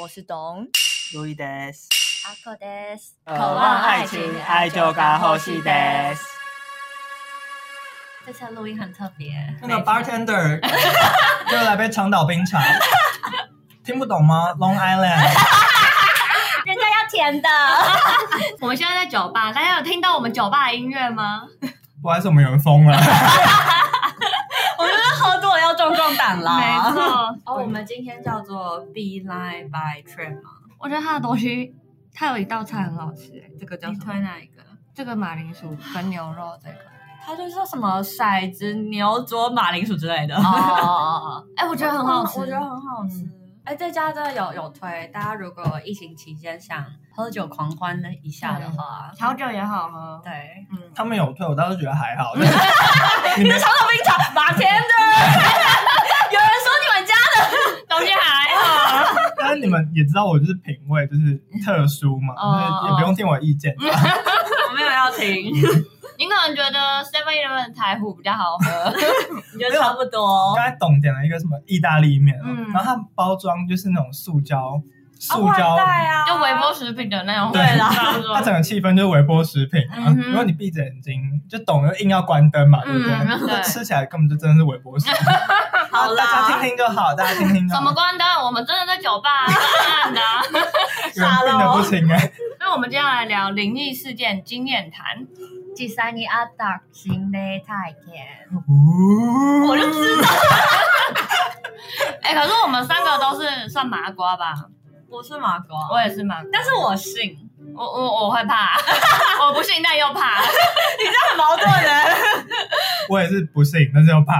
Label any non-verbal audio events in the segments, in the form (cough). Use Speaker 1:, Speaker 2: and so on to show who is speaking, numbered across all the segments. Speaker 1: 我是董
Speaker 2: 路易德斯，
Speaker 1: 阿克德斯，
Speaker 2: 渴望爱情，爱就该呼吸德。
Speaker 1: 这次录音很特别，
Speaker 3: 那个 bartender
Speaker 2: (laughs)
Speaker 3: 就来杯长岛冰茶，听不懂吗？Long Island，
Speaker 1: 人家要甜
Speaker 2: (laughs)
Speaker 1: 的。
Speaker 4: 我们现在在酒吧，大家有听到我们酒吧的音乐吗？
Speaker 3: 不好意思，我们有人
Speaker 2: (laughs)
Speaker 3: 疯了。
Speaker 2: 我觉得喝多了要壮壮胆
Speaker 4: 没
Speaker 2: 啦。
Speaker 4: 错，
Speaker 2: 哦，我们今天叫做 Be Line by Train 嘛，
Speaker 4: 我觉得它的东西，它有一道菜很好吃、欸，这个叫
Speaker 2: 你
Speaker 4: 什
Speaker 2: 推
Speaker 4: 么？
Speaker 2: 哪一个？
Speaker 4: 这个马铃薯跟牛肉这个。
Speaker 2: 它就是说什么骰子、牛桌、马铃薯之类的。
Speaker 4: 哦哦哦哦， (laughs) 哎、我
Speaker 2: 我
Speaker 4: 觉得很好吃，
Speaker 2: 我觉得很好吃。哎、这家真的有有推，大家如果疫情期间想喝酒狂欢了一下的话，
Speaker 4: 调酒也好喝。
Speaker 2: 对，
Speaker 4: 嗯，
Speaker 3: 他们有退，我倒是觉得还好。就是你们
Speaker 2: (laughs) 长岛冰茶 bartender，有人说你们家
Speaker 4: (laughs)
Speaker 2: 的东西还好，
Speaker 3: 但是你们也知道我就是品味就是特殊嘛，
Speaker 4: 哦
Speaker 3: 就是也不用听我意见。
Speaker 2: 哦我没有要停，
Speaker 4: 你可能觉得 Seven Eleven 的台虎比较
Speaker 2: (laughs)
Speaker 4: 好喝，
Speaker 2: 你觉得差不多
Speaker 3: 刚？才董点了一个什么意大利面哦，
Speaker 4: 嗯
Speaker 3: 然后它包装就是那种塑
Speaker 2: 啊
Speaker 3: 胶，塑胶
Speaker 2: 外，带啊，
Speaker 4: 就微波食品的那种。
Speaker 3: 对
Speaker 4: (laughs)
Speaker 2: 啦
Speaker 4: 差不多
Speaker 3: 它整个气氛就是微波食品啊。
Speaker 4: 嗯哼
Speaker 3: 如果你闭着眼睛，就董又硬要关灯嘛，对不对？
Speaker 4: 嗯
Speaker 3: 那
Speaker 4: 对
Speaker 3: 吃起来根本就真的是微波食
Speaker 4: (laughs)
Speaker 3: 品。
Speaker 2: 好
Speaker 3: 大家
Speaker 2: 啦，
Speaker 3: 听听就好，大家听听就好。
Speaker 4: 怎么关灯？我们真的在酒吧暗暗的啊、
Speaker 3: 有 (laughs)
Speaker 4: (laughs)
Speaker 3: 人病的不行哎、
Speaker 4: 那我们接下来聊灵异事件经验谈。
Speaker 1: 第三你阿达心内太甜，
Speaker 3: 呜
Speaker 4: 我就知道。哎、可是我们三个都是算麻瓜吧？
Speaker 2: 我是马哥，
Speaker 4: 我也是麻瓜，
Speaker 2: 但是我信，
Speaker 4: 我我我会怕， (laughs) 我不信但又怕。
Speaker 2: 很矛盾哎、
Speaker 3: 我也是不信，但是又怕。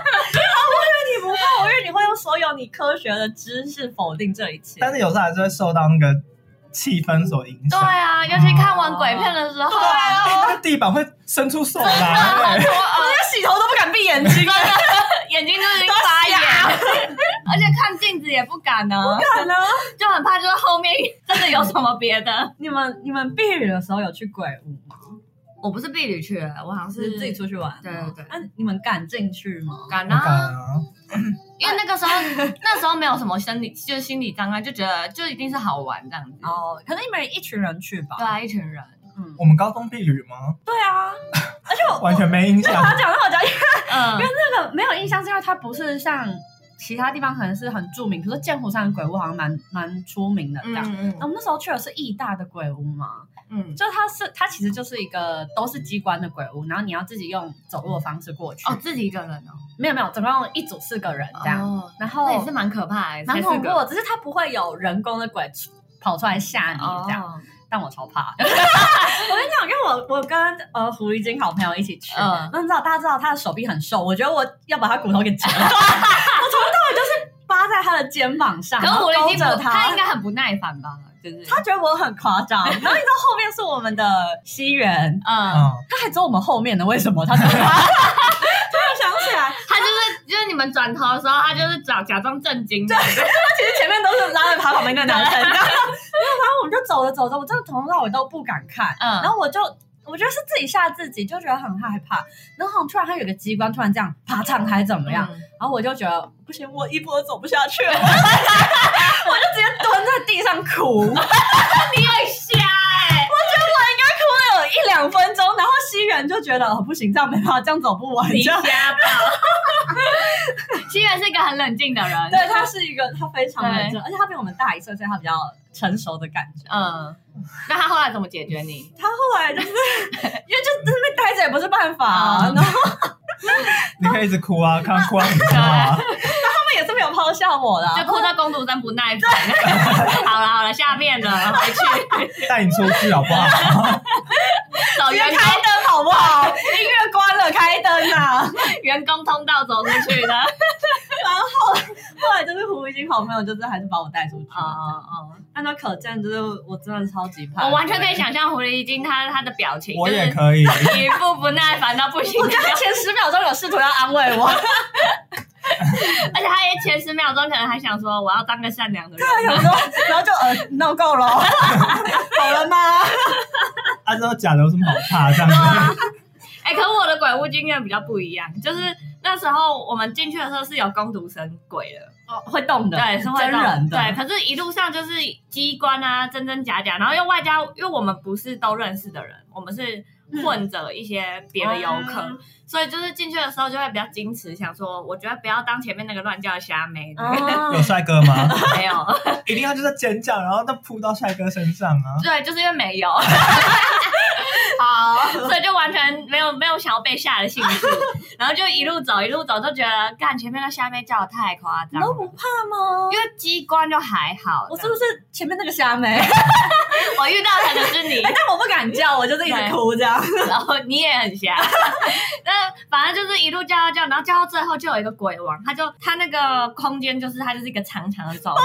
Speaker 2: 你不怕，我以为你会用所有你科学的知识否定这一切。
Speaker 3: 但是有时候还是会受到那个气氛所影
Speaker 4: 对
Speaker 3: 响。
Speaker 4: 啊，尤其看完鬼片的时候，啊，
Speaker 3: 哎那个地板会伸出手
Speaker 4: (laughs)
Speaker 3: 来、对
Speaker 2: 我连洗头都不敢闭眼睛，
Speaker 4: 眼睛就是发炎， (laughs) 而且看镜子也不敢呢，
Speaker 2: 可能
Speaker 4: 就很怕，就是后面真的有什么别的。
Speaker 2: 你们你们避雨的时候有去鬼屋吗？
Speaker 4: 我不是婢女去的，我好像
Speaker 2: 是自己出去玩？
Speaker 4: 对对对
Speaker 2: 那、你们敢进去吗？
Speaker 4: 敢
Speaker 3: 我敢
Speaker 4: 啊，
Speaker 3: 啊，
Speaker 4: 因为那个时候那时候没有什么心理，就是心理障碍，就觉得就一定是好玩这样子。
Speaker 2: 哦，可能你们一群人去吧。
Speaker 4: 对啊，一群人，
Speaker 2: 嗯，
Speaker 3: 我们高中避雨吗？
Speaker 2: 对
Speaker 3: (laughs)
Speaker 2: 啊，而且我
Speaker 3: 完全没印象。
Speaker 4: (laughs)
Speaker 2: 好讲到我讲，因为
Speaker 4: 嗯，
Speaker 2: 那个没有印象，是因为它不是像其他地方可能是很著名，可是剑湖山的鬼屋好像蛮蛮出名的这样。
Speaker 4: 嗯
Speaker 2: 我们那时候去的是义大的鬼屋嘛，
Speaker 4: 嗯，
Speaker 2: 就它是它其实就是一个都是机关的鬼屋，然后你要自己用走路的方式过去。
Speaker 4: 哦，自己一个人哦，
Speaker 2: 没有没有，总共一组四个人这样，
Speaker 4: 哦，
Speaker 2: 然后
Speaker 4: 那也是蛮可怕的，
Speaker 2: 蛮
Speaker 4: 才
Speaker 2: 恐
Speaker 4: 四
Speaker 2: 怖
Speaker 4: 个
Speaker 2: 的，只是它不会有人工的鬼出跑出来吓你
Speaker 4: 哦
Speaker 2: 这样，但我超怕。 (laughs) 我跟你讲，因为我我跟呃狐狸精好朋友一起去，
Speaker 4: 嗯
Speaker 2: 嗯，你知道大家知道他的手臂很瘦，我觉得我要把他骨头给折
Speaker 4: (laughs)
Speaker 2: 断，我从头到尾就是扒在他的肩膀上，
Speaker 4: 可
Speaker 2: 然
Speaker 4: 是
Speaker 2: 后
Speaker 4: 狐
Speaker 2: 勾
Speaker 4: 狸精
Speaker 2: 着
Speaker 4: 不，他
Speaker 2: 他
Speaker 4: 应。该很不耐烦吧？就是
Speaker 2: 他觉得我很夸张，然后你知道后面是我们的西元，
Speaker 4: 嗯，
Speaker 3: 嗯，
Speaker 2: 他还走我们后面呢，为什么？他 (laughs) 怎么？突然想起来，
Speaker 4: 他就是就是你们转头的时候，他就是假假装震惊的，
Speaker 2: 其实前面都是拉着他旁边的男 (laughs) 生，然后然后我们就走着走着，我真的从头到尾都不敢看，
Speaker 4: 嗯，
Speaker 2: 然后我就我觉得是自己吓自己，就觉得很害怕，然后突然他有个机关突然这样啪嚓还是怎么样，
Speaker 4: 嗯？
Speaker 2: 然后我就觉得不行，我一步都走不下 (laughs) 去了，我就我就直接蹲在地上哭，我
Speaker 4: 你很瞎哎，
Speaker 2: 哭了 (laughs) 有一两分钟，然后西元就觉得哦不行，这样没办法，这样走不完，
Speaker 4: 你
Speaker 2: 这样
Speaker 4: 瞎吧？ (laughs) 西元是一个很冷静的人，
Speaker 2: 对他是一个他非常
Speaker 4: 对
Speaker 2: 认真，而且他比我们大一岁，所以他比较成熟的感觉。
Speaker 4: 嗯，那他后来怎么解决你？
Speaker 2: 他后来就是
Speaker 4: (laughs)
Speaker 2: 因为就真的待着也不是办法、啊，
Speaker 4: 嗯
Speaker 2: 然后
Speaker 3: 你可以一直哭
Speaker 4: (laughs)
Speaker 3: 啊，看哭啊，你哭
Speaker 2: 他
Speaker 3: 啊。
Speaker 2: 们也是没有抛下我的啊、
Speaker 4: 就哭到公主真不耐烦。 (laughs) 好了好了，下面了，回
Speaker 2: (laughs)
Speaker 4: 去
Speaker 3: 带你出去好不
Speaker 4: (laughs)
Speaker 3: 好？
Speaker 4: 走
Speaker 2: 直接
Speaker 4: 员
Speaker 2: 开
Speaker 4: 工
Speaker 2: 灯好不好？音乐关了，开灯啊！
Speaker 4: 员工通道走出去
Speaker 3: (laughs)
Speaker 4: 的。
Speaker 2: 后来就是狐狸精好朋友，就是还是把我带出去
Speaker 4: 哦
Speaker 2: 了。
Speaker 4: 哦，
Speaker 2: 那就可见，就是我真的超级
Speaker 3: 哦
Speaker 2: 怕，
Speaker 4: (laughs) 我完全可以。想象狐狸精他他的表情，
Speaker 3: 我
Speaker 4: 就
Speaker 3: 也
Speaker 4: 是
Speaker 3: 可以。
Speaker 4: (laughs) 一副不耐烦到不行
Speaker 2: 我
Speaker 4: 的
Speaker 2: 觉得他前十秒钟有试图要安慰我，
Speaker 4: (laughs) 而且他也前十秒钟可能还想说我要当个善良的人，
Speaker 2: 然后然后就呃闹够了，好了吗？
Speaker 3: 啊按照假的有什么好怕这样子？(laughs)
Speaker 4: (laughs) 哎、可是我的鬼屋经验比较不一样，就是那时候我们进去的时候是有工读生鬼的，
Speaker 2: 会动的，
Speaker 4: 对，是会
Speaker 2: 真
Speaker 4: 动
Speaker 2: 人的，
Speaker 4: 对。可是，一路上就是机关啊，真真假假，然后又外加，因为我们不是都认识的人，我们是混着一些别的游客，
Speaker 2: 嗯
Speaker 4: 所以就是进去的时候就会比较矜持，想说，我觉得不要当前面那个乱叫的虾妹，
Speaker 2: 哦啊
Speaker 3: 有帅哥吗？
Speaker 4: (laughs) 没有，
Speaker 3: 一定要就是尖叫，然后再扑到帅哥身上啊！ (laughs)
Speaker 4: 对，就是因为没
Speaker 2: (laughs)
Speaker 4: 有，
Speaker 2: 好，
Speaker 4: 所以就完全没有没有想要被吓的兴致，然后就一路走一路走，就觉得干前面那虾妹叫的太夸
Speaker 2: 你
Speaker 4: 张
Speaker 2: 都
Speaker 4: 了，
Speaker 2: 不怕吗？
Speaker 4: 因为机关就还好，
Speaker 2: 我是不是前面那个虾妹？ (laughs)
Speaker 4: 我遇到的可能是你。
Speaker 2: 但我不敢叫，我就是一直哭这样。
Speaker 4: 然后你也很瞎。 (laughs) 那反正就是一路叫叫叫，然后叫到最后就有一个鬼王，他就他那个空间就是他就是一个长长的走廊，
Speaker 2: 无处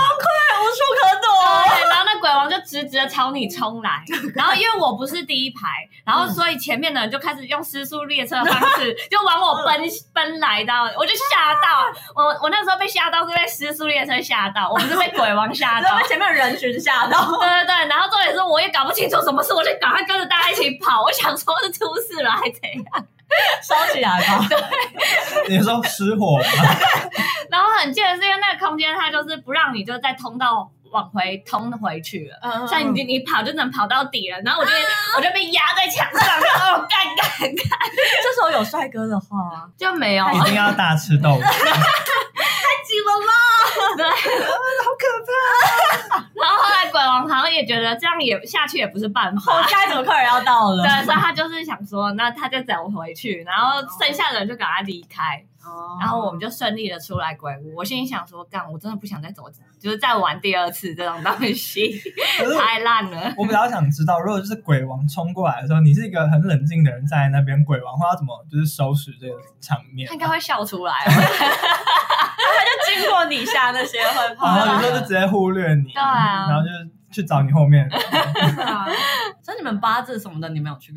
Speaker 2: 可躲。
Speaker 4: 对，然后那鬼王就直直的朝你冲来，然后因为我不是第一排，然后所以前面的人就开始用失速列车的方
Speaker 2: (laughs)
Speaker 4: 式就往我奔奔来到，我就吓到，我我那时候被吓到是被失速列车吓到，我不是被鬼王吓
Speaker 2: 然
Speaker 4: 到
Speaker 2: (laughs) 后。被前面的人群吓到，
Speaker 4: (laughs) 对对对，然后重点是我也搞不清楚什么事，我就赶快跟着大家一起跑，我想说是出事了还是怎样。
Speaker 2: 烧起来 (laughs) 吧。
Speaker 3: 你说失火吗？
Speaker 4: 然后很贱的是，因为那个空间它就是不让你就在通道往回通回去了。
Speaker 2: 嗯
Speaker 4: 像你你跑就能跑到底了，然后我就、我就被压在墙上，然后我哦干干干
Speaker 2: 这时候有帅哥的 (laughs) 话，
Speaker 4: 就没有
Speaker 3: (laughs) 一定要大吃
Speaker 4: (laughs)
Speaker 3: 豆腐，
Speaker 4: 激了吗？ (laughs) 对，好可怕。 (laughs) 然后后来鬼王好像也觉得这样也下去也不是办
Speaker 2: 后
Speaker 4: 法，
Speaker 2: 下一组客人要到了。
Speaker 4: 对，所以他就是想说，那他就走回去，然后剩下的人就赶快离开，然
Speaker 2: 然后
Speaker 4: 后我
Speaker 2: 我们
Speaker 4: 们就顺利的出来鬼屋。我心里想说，干，我真的不想再走，就是再玩第二次这种东西。
Speaker 3: 可是
Speaker 4: 太烂了。
Speaker 3: 我比较想知道，如果就是鬼王冲过来的时候，你是一个很冷静的人站在那边，鬼王会要怎么就是收拾这个场面啊
Speaker 4: 他？应该会笑出 (laughs) 来，对
Speaker 2: 就经过你下那些会
Speaker 3: 然
Speaker 2: 怕
Speaker 3: 后有时候就直接忽略你，
Speaker 4: 啊
Speaker 3: 然后就是去找你后面的人。
Speaker 2: 所以你们八字什么的，你没有去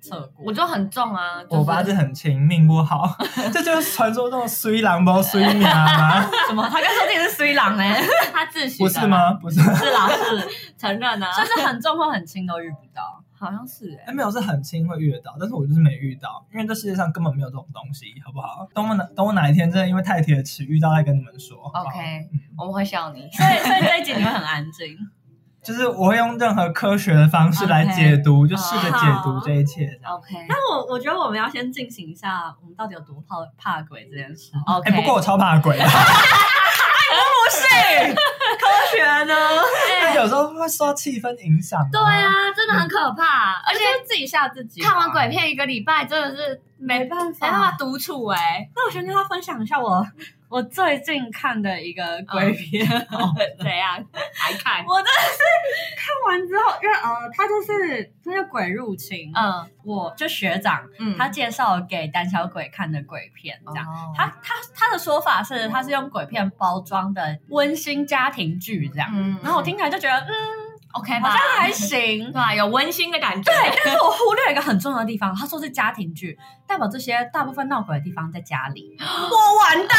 Speaker 2: 测过？
Speaker 4: 我就很重啊，就是、
Speaker 3: 我八字很轻，命不好， (laughs) 这就是传说中的衰狼包衰娘
Speaker 4: (laughs)
Speaker 3: 啊，
Speaker 2: 什么？他刚说自己是衰 (laughs) 狼哎，
Speaker 4: 他自诩的
Speaker 3: 不是？吗？不是，
Speaker 2: 是啦是，
Speaker 4: 承认啊，
Speaker 2: 就是很重或很轻都遇不到。
Speaker 4: 好像是哎、
Speaker 3: 哎，没有是很轻会遇得到，但是我就是没遇到，因为这世界上根本没有这种东西，好不好？等我哪等我哪一天真的因为太铁齿遇到，再跟你们说。好不好
Speaker 4: OK，
Speaker 3: 嗯
Speaker 4: 我们会笑 (laughs) 你。
Speaker 2: 所以所以这一集你会很安静。
Speaker 3: 就是我会用任何科学的方式来解读，就试着解读这一切。
Speaker 4: (laughs) OK
Speaker 2: 那我我觉得我们要先进行一下，我们到底有多怕怕鬼这件事。
Speaker 3: 哎、
Speaker 4: OK，
Speaker 3: 不过我超怕鬼的，
Speaker 2: 不 (laughs) 是科学呢？
Speaker 3: 但 (laughs) 有时候会受到气氛影响、
Speaker 4: 哎对，啊，真的很可怕，而
Speaker 2: 而
Speaker 4: 且
Speaker 2: 且自己吓自己。
Speaker 4: 看完鬼，片一个礼拜真的是没
Speaker 2: 没办法
Speaker 4: 没办法独处哎、
Speaker 2: 那我先跟他分享一下我我最近看的一个鬼片。
Speaker 4: 怎样？还看？
Speaker 2: 我真的是 (laughs) 看完之后，因为呃，他就是那个鬼入侵，
Speaker 4: 嗯
Speaker 2: 我就学长
Speaker 4: 嗯，哦
Speaker 2: 他介绍给胆小鬼看的鬼片这样。他他他的说法是，他是用鬼片包装的温馨家庭剧这样。
Speaker 4: 嗯
Speaker 2: 然后我听起来就觉得，嗯，
Speaker 4: OK
Speaker 2: 好
Speaker 4: 吧，
Speaker 2: 像还行 (laughs)
Speaker 4: 对。吧？有温馨的感觉，
Speaker 2: 对，但是我忽略一个很重要的地方，他说是家庭剧，代表这些大部分闹鬼的地方在家里。我完蛋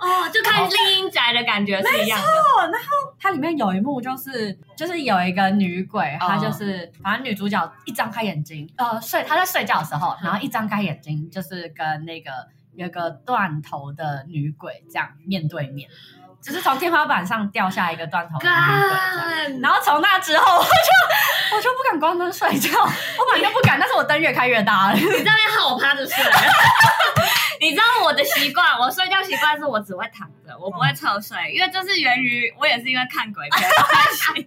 Speaker 4: 哦， (laughs) 就看丽英宅的感觉是一样 (laughs) 的，
Speaker 2: 了。然后它里面有一幕就是，就是有一个女鬼，她就是、反正女主角一张开眼睛，呃，睡她在睡觉的时候，然后一张开眼睛就是跟那个有个断头的女鬼这样面对面，只是从天花板上掉下一个断头的女鬼这样。
Speaker 4: 干
Speaker 2: 然后从那之后，我就我就不敢关灯睡觉，我本来就不敢，但是我灯越开越大了。
Speaker 4: 你在那边好，我趴着
Speaker 2: (laughs)
Speaker 4: 睡。你知道我的习惯，我睡觉习惯是我只会躺
Speaker 2: 哦
Speaker 4: 着，我不会侧睡，因为这是源于我也是因为看鬼片的关系。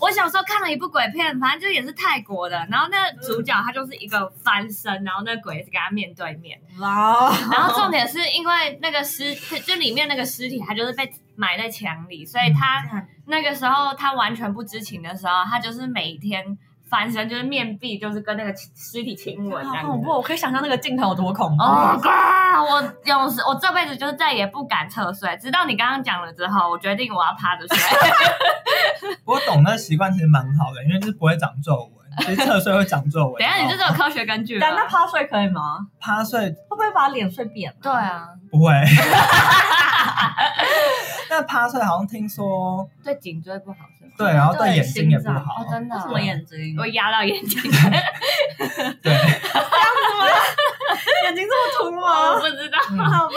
Speaker 4: 我小时候看了一部鬼片，反正就也是泰国的，然后那个主角他就是一个翻身，然后那鬼是跟他面对面，
Speaker 2: 哇，
Speaker 4: 然后重点是因为那个尸，就里面那个尸体，他就是被埋在墙里，所以
Speaker 2: 嗯
Speaker 4: 他那个时候他完全不知情的时候，他就是每天翻身，就是面壁，就是跟那个尸体亲吻这样
Speaker 2: 好
Speaker 4: 子。
Speaker 2: 恐怖！我可以想象那个镜头有多恐怖。
Speaker 4: (laughs) 哦，嘎！我有时我这辈子就再也不敢侧睡，直到你刚刚讲了之后，我决定我要趴 (laughs) 着睡。
Speaker 3: 我懂那习惯其实蛮好的，因为就是不会长皱纹。其实侧睡会长皱纹。
Speaker 4: (laughs) 等一下你这
Speaker 3: 哦
Speaker 4: 是有科学根据
Speaker 2: 但那
Speaker 4: 了。
Speaker 2: 趴睡可以吗？
Speaker 3: 趴睡
Speaker 2: 会不会把脸睡扁？
Speaker 4: 对，啊，
Speaker 3: 不会。 (laughs) 那趴睡好像听说，
Speaker 4: 对颈椎不好是吗？
Speaker 3: 对，然后对
Speaker 2: 对
Speaker 3: 眼睛也不
Speaker 2: 心脏
Speaker 3: 好
Speaker 4: 哦，，真的
Speaker 2: 为
Speaker 4: 哦。
Speaker 2: 什
Speaker 4: (laughs)
Speaker 2: 么眼睛？
Speaker 4: 我压到眼睛，
Speaker 3: 对，
Speaker 2: 眼睛这么凸
Speaker 4: 我
Speaker 2: 吗？
Speaker 4: 不知道，
Speaker 3: 嗯
Speaker 2: 好吧，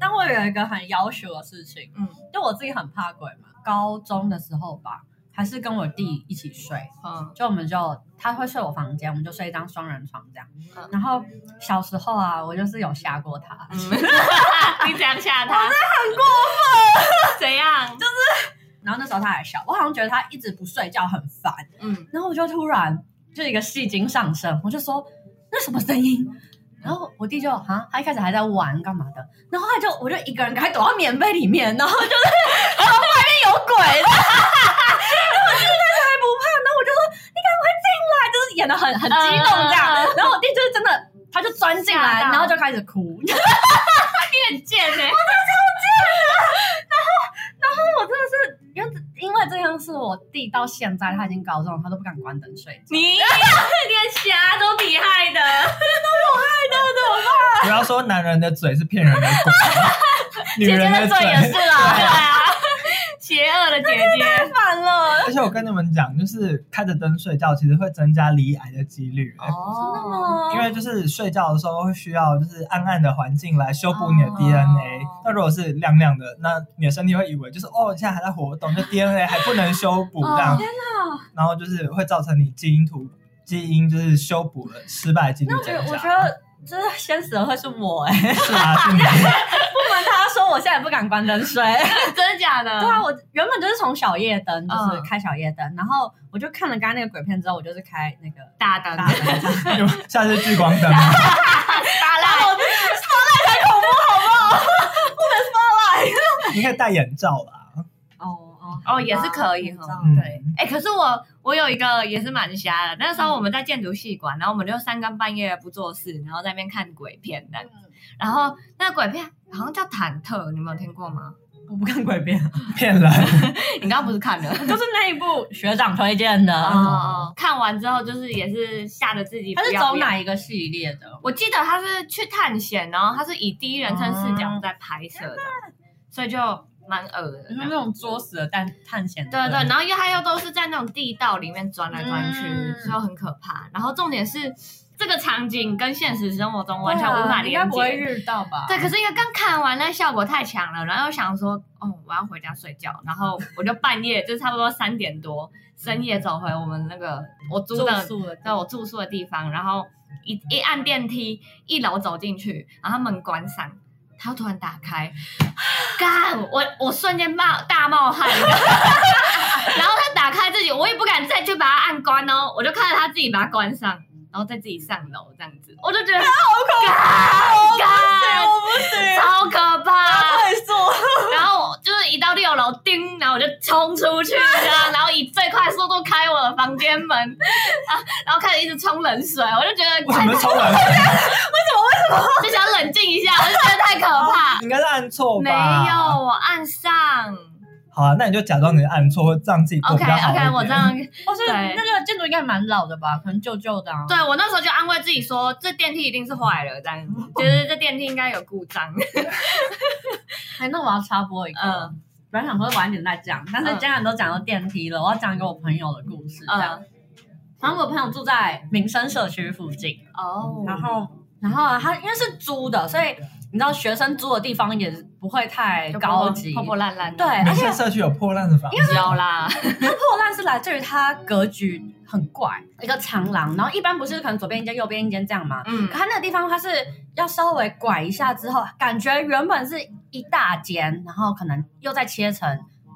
Speaker 2: 但我有一个很要求的事情，
Speaker 4: 嗯，
Speaker 2: 就我自己很怕鬼嘛。高中的时候吧，还是跟我弟一起睡，
Speaker 4: 嗯
Speaker 2: 就我们就他会睡我房间，我们就睡一张双人床这样
Speaker 4: 嗯。
Speaker 2: 然后小时候啊，我就是有吓过他，
Speaker 4: (laughs) 嗯，你怎样吓他？我真的很过分。怎样？就
Speaker 2: 然后那时候他还小，我好像觉得他一直不睡觉很烦，
Speaker 4: 嗯，
Speaker 2: 然后我就突然就一个戏精上身，我就说那什么声音？然后我弟就啊，他一开始还在玩干嘛的，然后他就我就一个人赶快躲到棉被里面，然后就是 (laughs) 然后外面有鬼 (laughs) 然后我弟那时候还不怕，然后我就说你赶快进来，就是演的很很激动这样，
Speaker 4: 嗯
Speaker 2: 然后我弟就是真的他就钻进来，
Speaker 4: 吓到
Speaker 2: 然后就开始哭， (laughs)
Speaker 4: 你很贱哎。
Speaker 2: 我真的是因为因为这件事，我弟到现在他已经高中了，他都不敢关灯睡觉。
Speaker 4: (laughs) 你连侠都你害的，
Speaker 3: (laughs) 不要说男人的嘴是骗人的鬼，女
Speaker 4: 姐姐
Speaker 3: 人
Speaker 4: 的
Speaker 3: 嘴 (laughs)
Speaker 4: 罪也是啦，对啊， (laughs) 邪恶的姐姐，
Speaker 2: 烦了，
Speaker 3: 而且我跟你们讲，就是开着灯睡觉，其实会增加离癌的几率、欸
Speaker 4: 哦
Speaker 2: 真的？吗？
Speaker 3: 因为就是睡觉的时候会需要就是暗暗的环境来修补你的 DNA，、
Speaker 4: 哦
Speaker 3: 那如果是亮亮的，那你的身体会以为就是哦，你现在还在活动，就 DNA 还不能修补这样，然后就是会造成你基因突基因就是修补了失败几率
Speaker 2: 那我觉
Speaker 3: 增
Speaker 2: 得，
Speaker 3: 加。
Speaker 2: 我觉得就是先死的会是我哎、
Speaker 3: 是啊，是你
Speaker 2: (laughs) 不瞒他说，我现在也不敢关灯睡。
Speaker 4: (laughs) 真的假的？
Speaker 2: 对啊，我原本就是从小夜灯，就是
Speaker 4: 嗯
Speaker 2: 开小夜灯，然后我就看了刚刚那个鬼片之后，我就是开那个
Speaker 4: 大胆
Speaker 2: 大灯，
Speaker 3: 你们下次聚光灯啊吗？
Speaker 4: (laughs) 大
Speaker 2: 然后
Speaker 4: 辣
Speaker 2: 我就才恐怖好不好？
Speaker 3: 你可以戴眼罩啦。
Speaker 2: 哦哦
Speaker 4: 哦，也是可以哈。
Speaker 3: 嗯
Speaker 4: 对，哎、可是我我有一个也是蛮瞎的，那时候我们在建筑系馆，然后我们就三更半夜不做事，然后在那边看鬼片的，然后那鬼片好像叫忐忑，你们有听过吗？ (laughs)
Speaker 2: 我不看鬼片，
Speaker 3: 骗人，
Speaker 4: 你刚刚不是 (laughs) 看了？
Speaker 2: 就是那一部学长推荐的。
Speaker 4: 哦哦，看完之后就是也是吓得自己
Speaker 2: 他
Speaker 4: 不
Speaker 2: 是
Speaker 4: 要
Speaker 2: 走
Speaker 4: 不要
Speaker 2: 哪一个系列的？
Speaker 4: 我记得他是去探险，然后他是以第一人称视角在拍摄的，所以就蛮恶的。
Speaker 2: 就是那种作死的探探险
Speaker 4: 对
Speaker 2: 的，
Speaker 4: 对，然后因为他又都是在那种地道里面钻来钻去，
Speaker 2: 嗯
Speaker 4: 所以很可怕。然后重点是这个场景跟现实生活中
Speaker 2: 对啊
Speaker 4: 完全无法
Speaker 2: 你应该
Speaker 4: 连
Speaker 2: 不会
Speaker 4: 接。
Speaker 2: 遇到吧？
Speaker 4: 对，可是因为刚看完那效果太强了，然后又想说，哦，我要回家睡觉，然后我就半夜就差不多三点多深夜走回我们那个我租
Speaker 2: 住
Speaker 4: 的
Speaker 2: 宿的地
Speaker 4: 在我住宿的地方，然后一一按电梯，一楼走进去，然后门关上，它突然打开，干，我我瞬间冒大冒汗， (laughs) 然后它打开自己，我也不敢再去把它按关哦，我就看着它自己把它关上，然后再自己上楼这样子，我就觉得好
Speaker 2: 方，我不行，
Speaker 4: 超可怕。
Speaker 2: 快速。
Speaker 4: 然后我就是一到六楼，叮，然后我就冲出去，这样，然后以最快速度开我的房间门，啊，然后开始一直冲冷水，我就觉得
Speaker 3: 为什么
Speaker 4: 干
Speaker 3: 抽
Speaker 4: (laughs)
Speaker 3: 人？
Speaker 4: 哎就想冷静一下，我就觉得太可怕。
Speaker 3: 你应该是按错
Speaker 4: 没
Speaker 3: 哦吧？
Speaker 4: 有，。我按上。
Speaker 3: 好啊，那你就假装你按错，会让自己过
Speaker 4: OK
Speaker 3: 比较好一点
Speaker 4: OK，我这样，
Speaker 2: 哦，所以
Speaker 4: 对
Speaker 2: 那个建筑应该蛮老的吧？可能旧旧的啊。
Speaker 4: 对我那时候就安慰自己说，这电梯一定是坏了，这样子，就是这电梯应该有故障。
Speaker 2: 哎，那我要插播一个，
Speaker 4: 嗯
Speaker 2: 本来想说晚一点再讲，但是既然都讲到电梯了，我要讲一个我朋友的故事。这样，
Speaker 4: 嗯，
Speaker 2: 反正我朋友住在民生社区附近，
Speaker 4: 哦，
Speaker 2: 嗯然后，然后啊，他因为是租的，所以你知道学生租的地方也不会太
Speaker 4: 就
Speaker 2: 高级，
Speaker 4: 破破烂烂的。
Speaker 2: 对，而
Speaker 3: 民
Speaker 2: 且
Speaker 3: 生社区有破烂的房子，哦
Speaker 4: 有啦，
Speaker 2: 破烂是来自于它格局很怪，一个长廊，然后一般不是可能左边一间、右边一间这样吗？
Speaker 4: 嗯
Speaker 2: 可，它那个地方，它是要稍微拐一下之后，感觉原本是一大间，然后可能又再切成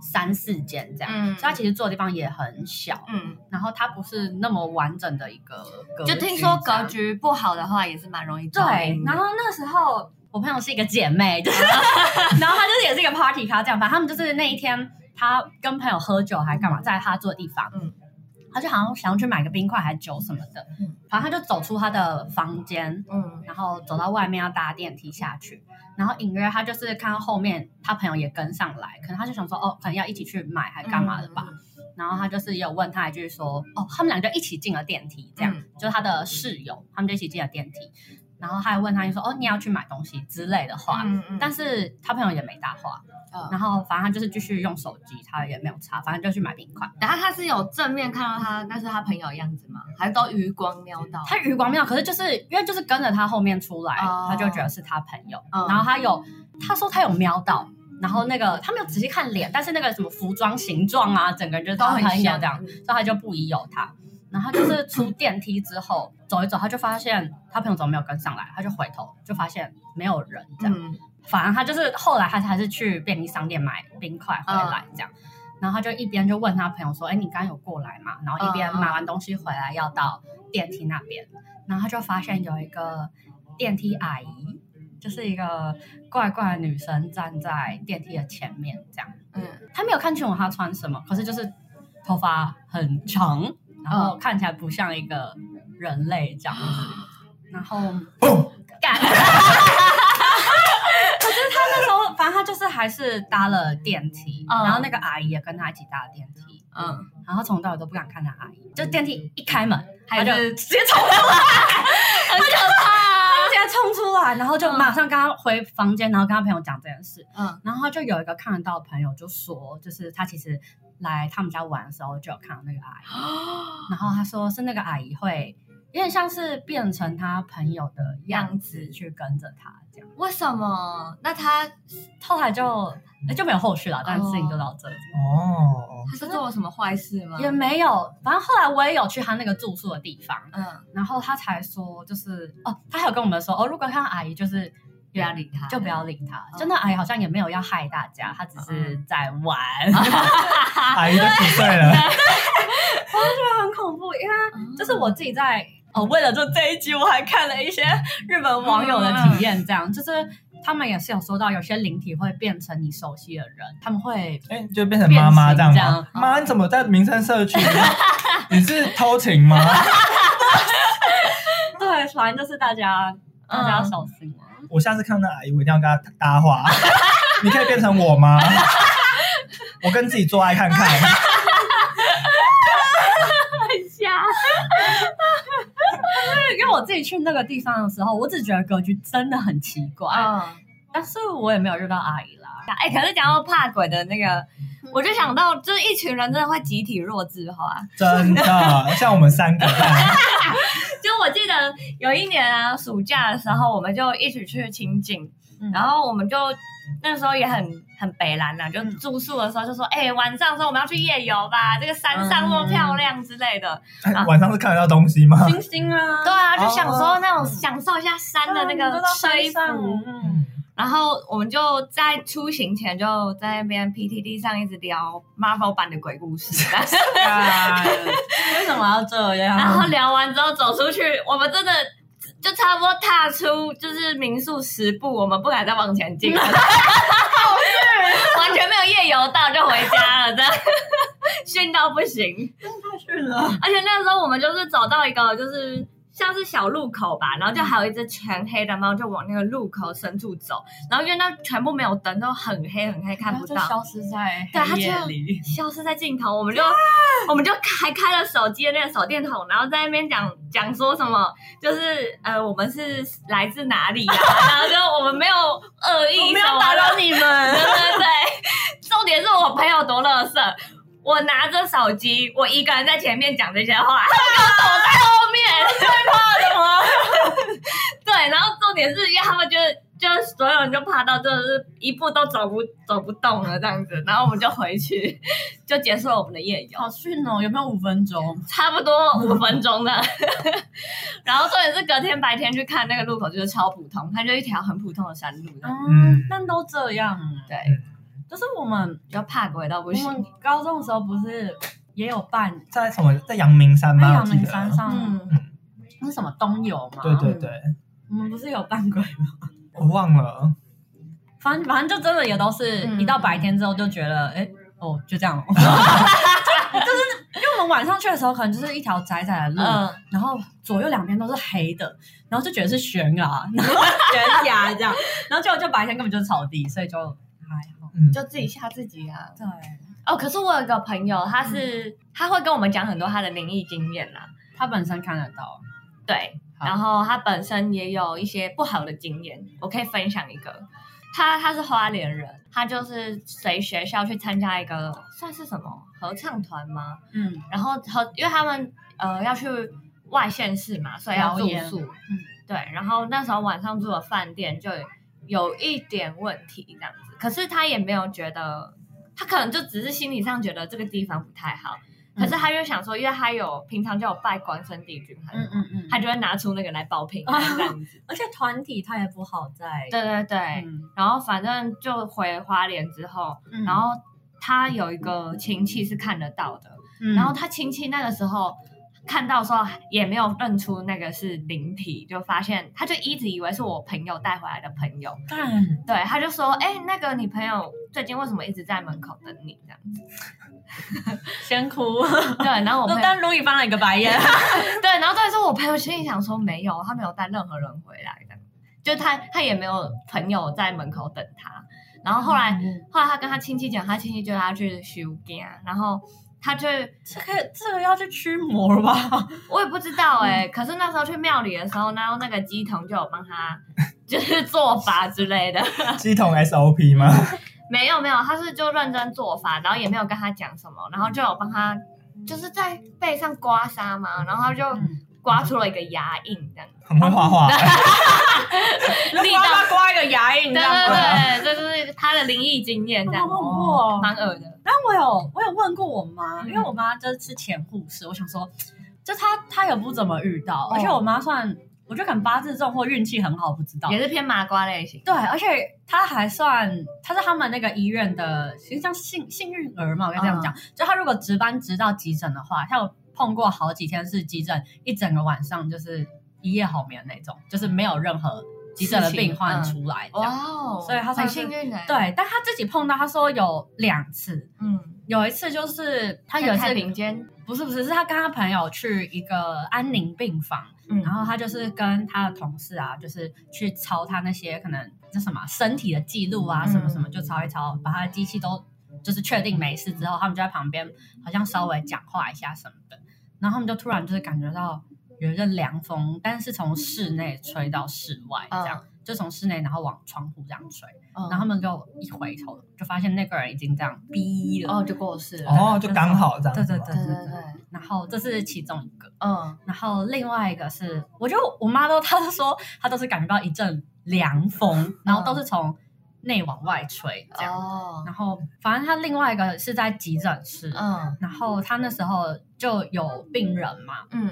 Speaker 2: 三四间这样，
Speaker 4: 嗯
Speaker 2: 所以它其实做的地方也很小，
Speaker 4: 嗯，
Speaker 2: 然后它不是那么完整的一个格局，
Speaker 4: 就听说格。局不好的话，也是蛮容易
Speaker 2: 对
Speaker 4: 招阴，的
Speaker 2: 然后那时候我朋友是一个姐
Speaker 4: (laughs)
Speaker 2: 妹，就是，然后她就是也是一个 party 咖这样，反正他们就是那一天，她跟朋友喝酒还干嘛，在她住的地方，
Speaker 4: 嗯
Speaker 2: 嗯。她就好像想要去买个冰块还是酒什么的，
Speaker 4: 嗯
Speaker 2: 反正她就走出她的房间，
Speaker 4: 嗯
Speaker 2: 然后走到外面要搭电梯下去，然后隐约他就是看到后面他朋友也跟上来，可能他就想说哦，可能要一起去买还干
Speaker 4: 嗯
Speaker 2: 嘛的吧。然后他就是也有问他一句说哦，他们俩就一起进了电梯，这样、
Speaker 4: 嗯
Speaker 2: 就是他的室友，他们就一起进了电梯。然后还问他你说哦你要去买东西之类的话，
Speaker 4: 嗯嗯
Speaker 2: 但是他朋友也没搭话，
Speaker 4: 嗯
Speaker 2: 然后反正他就是继续用手机，他也没有查，反正就去买冰块。
Speaker 4: 然后他是有正面看到他，那是他朋友的样子吗？还是都余光瞄到？
Speaker 2: 他余光妙，可是就是因为就是跟着他后面出来，
Speaker 4: 哦
Speaker 2: 他就觉得是他朋友，
Speaker 4: 嗯
Speaker 2: 然后他有他说他有瞄到，然后那个他没有仔细看脸，但是那个什么服装形状啊，整个人就是他朋友这样，所以他就不疑有他。然后就是出电梯之后走一走，他就发现他朋友怎么没有跟上来，他就回头就发现没有人这样。
Speaker 4: 嗯，
Speaker 2: 反而他就是后来他还是去便利商店买冰块回来
Speaker 4: 嗯
Speaker 2: 这样，然后他就一边就问他朋友说：“哎，你刚刚有过来吗？”然后一边
Speaker 4: 嗯嗯
Speaker 2: 买完东西回来要到电梯那边，然后他就发现有一个电梯阿姨，就是一个怪怪的女生站在电梯的前面这样，
Speaker 4: 嗯，
Speaker 2: 他没有看清楚她穿什么，可是就是头发很长，然后看起来不像一个人类这样子，然后。干。 (laughs) 可是他那时候，反正他就是还是搭了电梯，
Speaker 4: 嗯
Speaker 2: 然后那个阿姨也跟他一起搭了电梯，
Speaker 4: 嗯，
Speaker 2: 然后从头到尾都不敢看那阿姨，就电梯一开门，
Speaker 4: 还
Speaker 2: 他就是直接冲出来，
Speaker 4: 很可怕。
Speaker 2: 直接冲出来，然后就
Speaker 4: 嗯
Speaker 2: 马上跟他回房间，然后跟他朋友讲这件事，
Speaker 4: 嗯
Speaker 2: 然后他就有一个看得到的朋友就说，就是他其实来他们家玩的时候就有看到那个阿姨，
Speaker 4: 嗯
Speaker 2: 然后他说是那个阿姨会有点像是变成他朋友的样子去跟着他这样。
Speaker 4: 为什么？那他
Speaker 2: 后来就诶就没有后续了，但事情就到这里。
Speaker 3: 哦，
Speaker 4: 他是做了什么坏事吗？
Speaker 2: 也没有，反正后来我也有去他那个住宿的地方，
Speaker 4: 嗯，
Speaker 2: 然后他才说，就是哦，他还有跟我们说，哦，如果看到阿姨就是
Speaker 4: 不要理他，
Speaker 2: 就不要理他，
Speaker 4: 嗯
Speaker 2: 就那阿姨好像也没有要害大家，她只是在玩，哦 (laughs)
Speaker 3: 阿姨都几岁
Speaker 4: (laughs)
Speaker 3: 了？
Speaker 2: 很恐怖，因为
Speaker 4: 嗯。
Speaker 2: 就是我自己在哦，为了做这一集，我还看了一些日本网友的体验，这样就是他们也是有说到，有些灵体会变成你熟悉的人，他们会
Speaker 3: 哎，就变成妈妈这样
Speaker 2: 变形
Speaker 3: 吗？
Speaker 4: 这样
Speaker 3: 妈，你怎么在民生社区？你是 (laughs) 偷情
Speaker 4: (laughs)
Speaker 3: 吗？
Speaker 2: 对，反正就是大家大家要小心啊。
Speaker 3: 我下次看到阿姨，我一定要跟她搭
Speaker 4: (laughs)
Speaker 3: 话。你可以变成我吗？我跟自己做爱看看。
Speaker 4: 下，
Speaker 2: 因为我自己去那个地方的时候，我只觉得格局真的很奇怪，
Speaker 4: 嗯。
Speaker 2: (laughs) 但是我也没有遇到阿姨啦。
Speaker 4: 哎、可是讲到怕鬼的那个，我就想到，就是一群人真的会集体弱智化。
Speaker 3: 真的，像我们三个这
Speaker 4: (laughs)
Speaker 3: 样，
Speaker 4: 就我记得有一年啊，暑假的时候，我们就一起去清境，
Speaker 2: 嗯
Speaker 4: 然后我们就那时候也很很北蓝呐、
Speaker 2: 嗯
Speaker 4: 就住宿的时候就说，哎、晚上的时候我们要去夜游吧，这个山上那么漂亮之类的。
Speaker 3: 哎晚上是看得到东西吗？
Speaker 2: 星星啊，
Speaker 4: 对啊，就想说那种
Speaker 3: 嗯
Speaker 4: 享受一下山的那
Speaker 2: 嗯你
Speaker 4: 个
Speaker 2: 都到
Speaker 4: 吹
Speaker 2: 山上
Speaker 4: 拂，
Speaker 2: 嗯
Speaker 4: 然后我们就在出行前就在那边 PTT 上一直聊 Marvel 版的鬼故事，
Speaker 2: 哎为什么要这
Speaker 4: 然
Speaker 2: 样？
Speaker 4: 后聊完之后走出去，我们真的就差不多踏出就是民宿十步，我们不敢再往前进了，完全没有夜游到就回家了，真的熏到不行。
Speaker 2: 去了，
Speaker 4: 而且那时候我们就是走到一个就是。像是小路口吧，然后就还有一只全黑的猫，就往那个路口深处走。然后因为那全部没有灯，都很黑很黑，看不
Speaker 2: 就
Speaker 4: 到。
Speaker 2: 消失在
Speaker 4: 对它
Speaker 2: 黑夜
Speaker 4: 就
Speaker 2: 里。 (laughs)
Speaker 4: 消失在镜头，我们就我们就还开了手机的那个手电筒，然后在那边讲讲说什么，就是呃，我们是来自哪
Speaker 2: (laughs)
Speaker 4: 里啊？然后就我们没有恶意，什么的，
Speaker 2: 你
Speaker 4: (laughs) 对
Speaker 2: 们，
Speaker 4: 对对，重点是我朋友多乐色，我拿着手机，我一个人在前面讲这些 (laughs) 话，他们给我躲在后面， (laughs) 最怕什么？ (laughs) 对，然后重点是因为他们就就所有人就怕到就是一步都走不走不动了这样子，然后我们就回去， (laughs) 就结束了我们的夜游，
Speaker 2: 好逊哦！有没有五分钟？
Speaker 4: 差不多五分钟的。 (laughs) 然后重点是隔天白天去看那个路口就是超普通，它就一条很普通的山路这样，
Speaker 2: 嗯，但都这样。
Speaker 4: 对，
Speaker 2: 就是我们
Speaker 4: 比较怕鬼到不
Speaker 2: 我
Speaker 4: 行。
Speaker 2: 们高中的时候不是也有办
Speaker 3: 在什么？在阳明山
Speaker 2: 在
Speaker 3: 吗？
Speaker 2: 阳明
Speaker 3: 我记得
Speaker 2: 山。上，嗯
Speaker 3: 嗯
Speaker 2: 那什么东游嘛？
Speaker 3: 对对对，
Speaker 2: 我们不是有办鬼吗？
Speaker 3: 我忘了。
Speaker 2: 反正反正就真的也都是、
Speaker 4: 嗯
Speaker 2: 一到白天之后就觉得，哎、哦，就这
Speaker 3: (laughs)
Speaker 2: 样、哦，就是因为我们晚上去的时候，可能就是一条窄窄的路，
Speaker 4: 嗯
Speaker 2: 然后左右两边都是黑的，然后就觉得是悬
Speaker 4: (laughs)
Speaker 2: 崖，然后悬崖这样，然后结果就白天根本就是草地，所以就还好。
Speaker 3: 嗯，
Speaker 4: 就自己吓自己啊。
Speaker 2: 对，
Speaker 4: 哦，可是我有一个朋友，他是、他会跟我们讲很多他的灵异经验啦、啊
Speaker 2: 他本身看得到，
Speaker 4: 对，
Speaker 2: 好
Speaker 4: 然后他本身也有一些不好的经验，我可以分享一个。他他是花莲人，他就是随学校去参加一个算是什么合唱团吗？
Speaker 2: 嗯，
Speaker 4: 然后和因为他们呃要去外县市嘛，所以要住
Speaker 2: 表演
Speaker 4: 宿，
Speaker 2: 嗯，
Speaker 4: 对。然后那时候晚上住的饭店就有一点问题这样子，可是他也没有觉得，他可能就只是心理上觉得这个地方不太好，可
Speaker 2: 嗯
Speaker 4: 是他就想说，因为他有平常就有拜关圣帝君，还
Speaker 2: 嗯
Speaker 4: 是
Speaker 2: 啊
Speaker 4: 什么
Speaker 2: 嗯嗯，
Speaker 4: 他就会拿出那个来报平安这样子。
Speaker 2: (laughs) 而且团体他也不好在，
Speaker 4: 对对对，
Speaker 2: 嗯，
Speaker 4: 然后反正就回花莲之后，
Speaker 2: 嗯
Speaker 4: 然后他有一个亲戚是看得到的，
Speaker 2: 嗯
Speaker 4: 然后他亲戚那个时候看到的时候也没有认出那个是灵体，就发现他就一直以为是我朋友带回来的朋友，
Speaker 2: 干，
Speaker 4: 对，他就说：“哎、那个你朋友最近为什么一直在门口等你这样子
Speaker 2: 先 (laughs) 哭，？”
Speaker 4: 对，然后我朋友
Speaker 2: 但路易翻了一个白 (laughs) 眼，
Speaker 4: 对，然后但是我朋友心里想说没有，他没有带任何人回来的，就他他也没有朋友在门口等他。然后后来、
Speaker 2: 嗯
Speaker 4: 后来他跟他亲戚讲，他亲戚就他去修家，然后他就
Speaker 2: 这个这个要去驱魔了吧？
Speaker 4: 我也不知道 (laughs) 哎、可是那时候去庙里的时候，然后那个鸡童就有帮他 (laughs) 就是做法之类的， (laughs)
Speaker 3: 系统 SOP 吗？ (laughs)
Speaker 4: 没有没有，他是就认真做法，然后也没有跟他讲什么，然后就有帮他就是在背上刮痧嘛，然后他就
Speaker 2: (laughs) 嗯
Speaker 4: 刮出了一个牙印这样。
Speaker 3: 很会画
Speaker 2: (laughs)
Speaker 3: (laughs) 画，
Speaker 4: 力道
Speaker 2: 刮一个牙印
Speaker 4: 嗯对
Speaker 2: 吗
Speaker 4: 对对， (laughs) 这就是他的灵异经验，这样
Speaker 2: 好恐怖哦
Speaker 4: 蛮恶的。
Speaker 2: 但我有我有问过我妈，
Speaker 4: 嗯
Speaker 2: 因为我妈就是之前护士，我想说，就她她也不怎么遇到，
Speaker 4: 哦
Speaker 2: 而且我妈算，我觉得可能八字重或运气很好，不知道
Speaker 4: 也。是偏麻瓜类型。
Speaker 2: 对，而且她还算，她是他们那个医院的，其实像幸幸运儿嘛，我该这
Speaker 4: 嗯
Speaker 2: 样讲。就她如果值班值到急诊的话，像我碰过好几天是急诊一整个晚上就是一夜好眠那种，就是没有任何急诊的
Speaker 4: 事情
Speaker 2: 病患
Speaker 4: 嗯
Speaker 2: 出来这
Speaker 4: 哇
Speaker 2: 样。
Speaker 4: 哦，
Speaker 2: 所以他算是
Speaker 4: 很幸运的。，
Speaker 2: 对，但她自己碰到，她说有两次，
Speaker 4: 嗯，
Speaker 2: 有一次就是她有
Speaker 4: 他有
Speaker 2: 一
Speaker 4: 在
Speaker 2: 次
Speaker 4: 林间，
Speaker 2: 不是不是，是他跟他朋友去一个安宁病房，
Speaker 4: 嗯
Speaker 2: 然后他就是跟他的同事啊，就是去抄他那些可能那什么啊身体的记录啊，
Speaker 4: 嗯
Speaker 2: 什么什么，就抄一抄，把他的机器都就是确定没事之后，他们就在旁边好像稍微讲话一下什么的，然后他们就突然就是感觉到有一阵凉风，但是从室内吹到室外，这样、就从室内然后往窗户这样吹，然
Speaker 4: 嗯
Speaker 2: 后他
Speaker 4: 后
Speaker 2: 们就一回头就发现那个人已经这样逼了，
Speaker 4: 哦就过世了。
Speaker 3: 哦，就刚好这样子
Speaker 2: 对
Speaker 3: 吗。
Speaker 2: 对对
Speaker 4: 对
Speaker 2: 对
Speaker 4: 对
Speaker 2: 对
Speaker 4: 对，
Speaker 2: 然后这是其中一个，
Speaker 4: 嗯，
Speaker 2: 然后另外一个是，我觉得我妈都，她都说她都是感觉到一阵凉风，然后都是从内往外吹这样。
Speaker 4: 嗯哦，
Speaker 2: 然后反正她另外一个是在急诊室，
Speaker 4: 嗯
Speaker 2: 然后她那时候就有病人嘛，
Speaker 4: 嗯，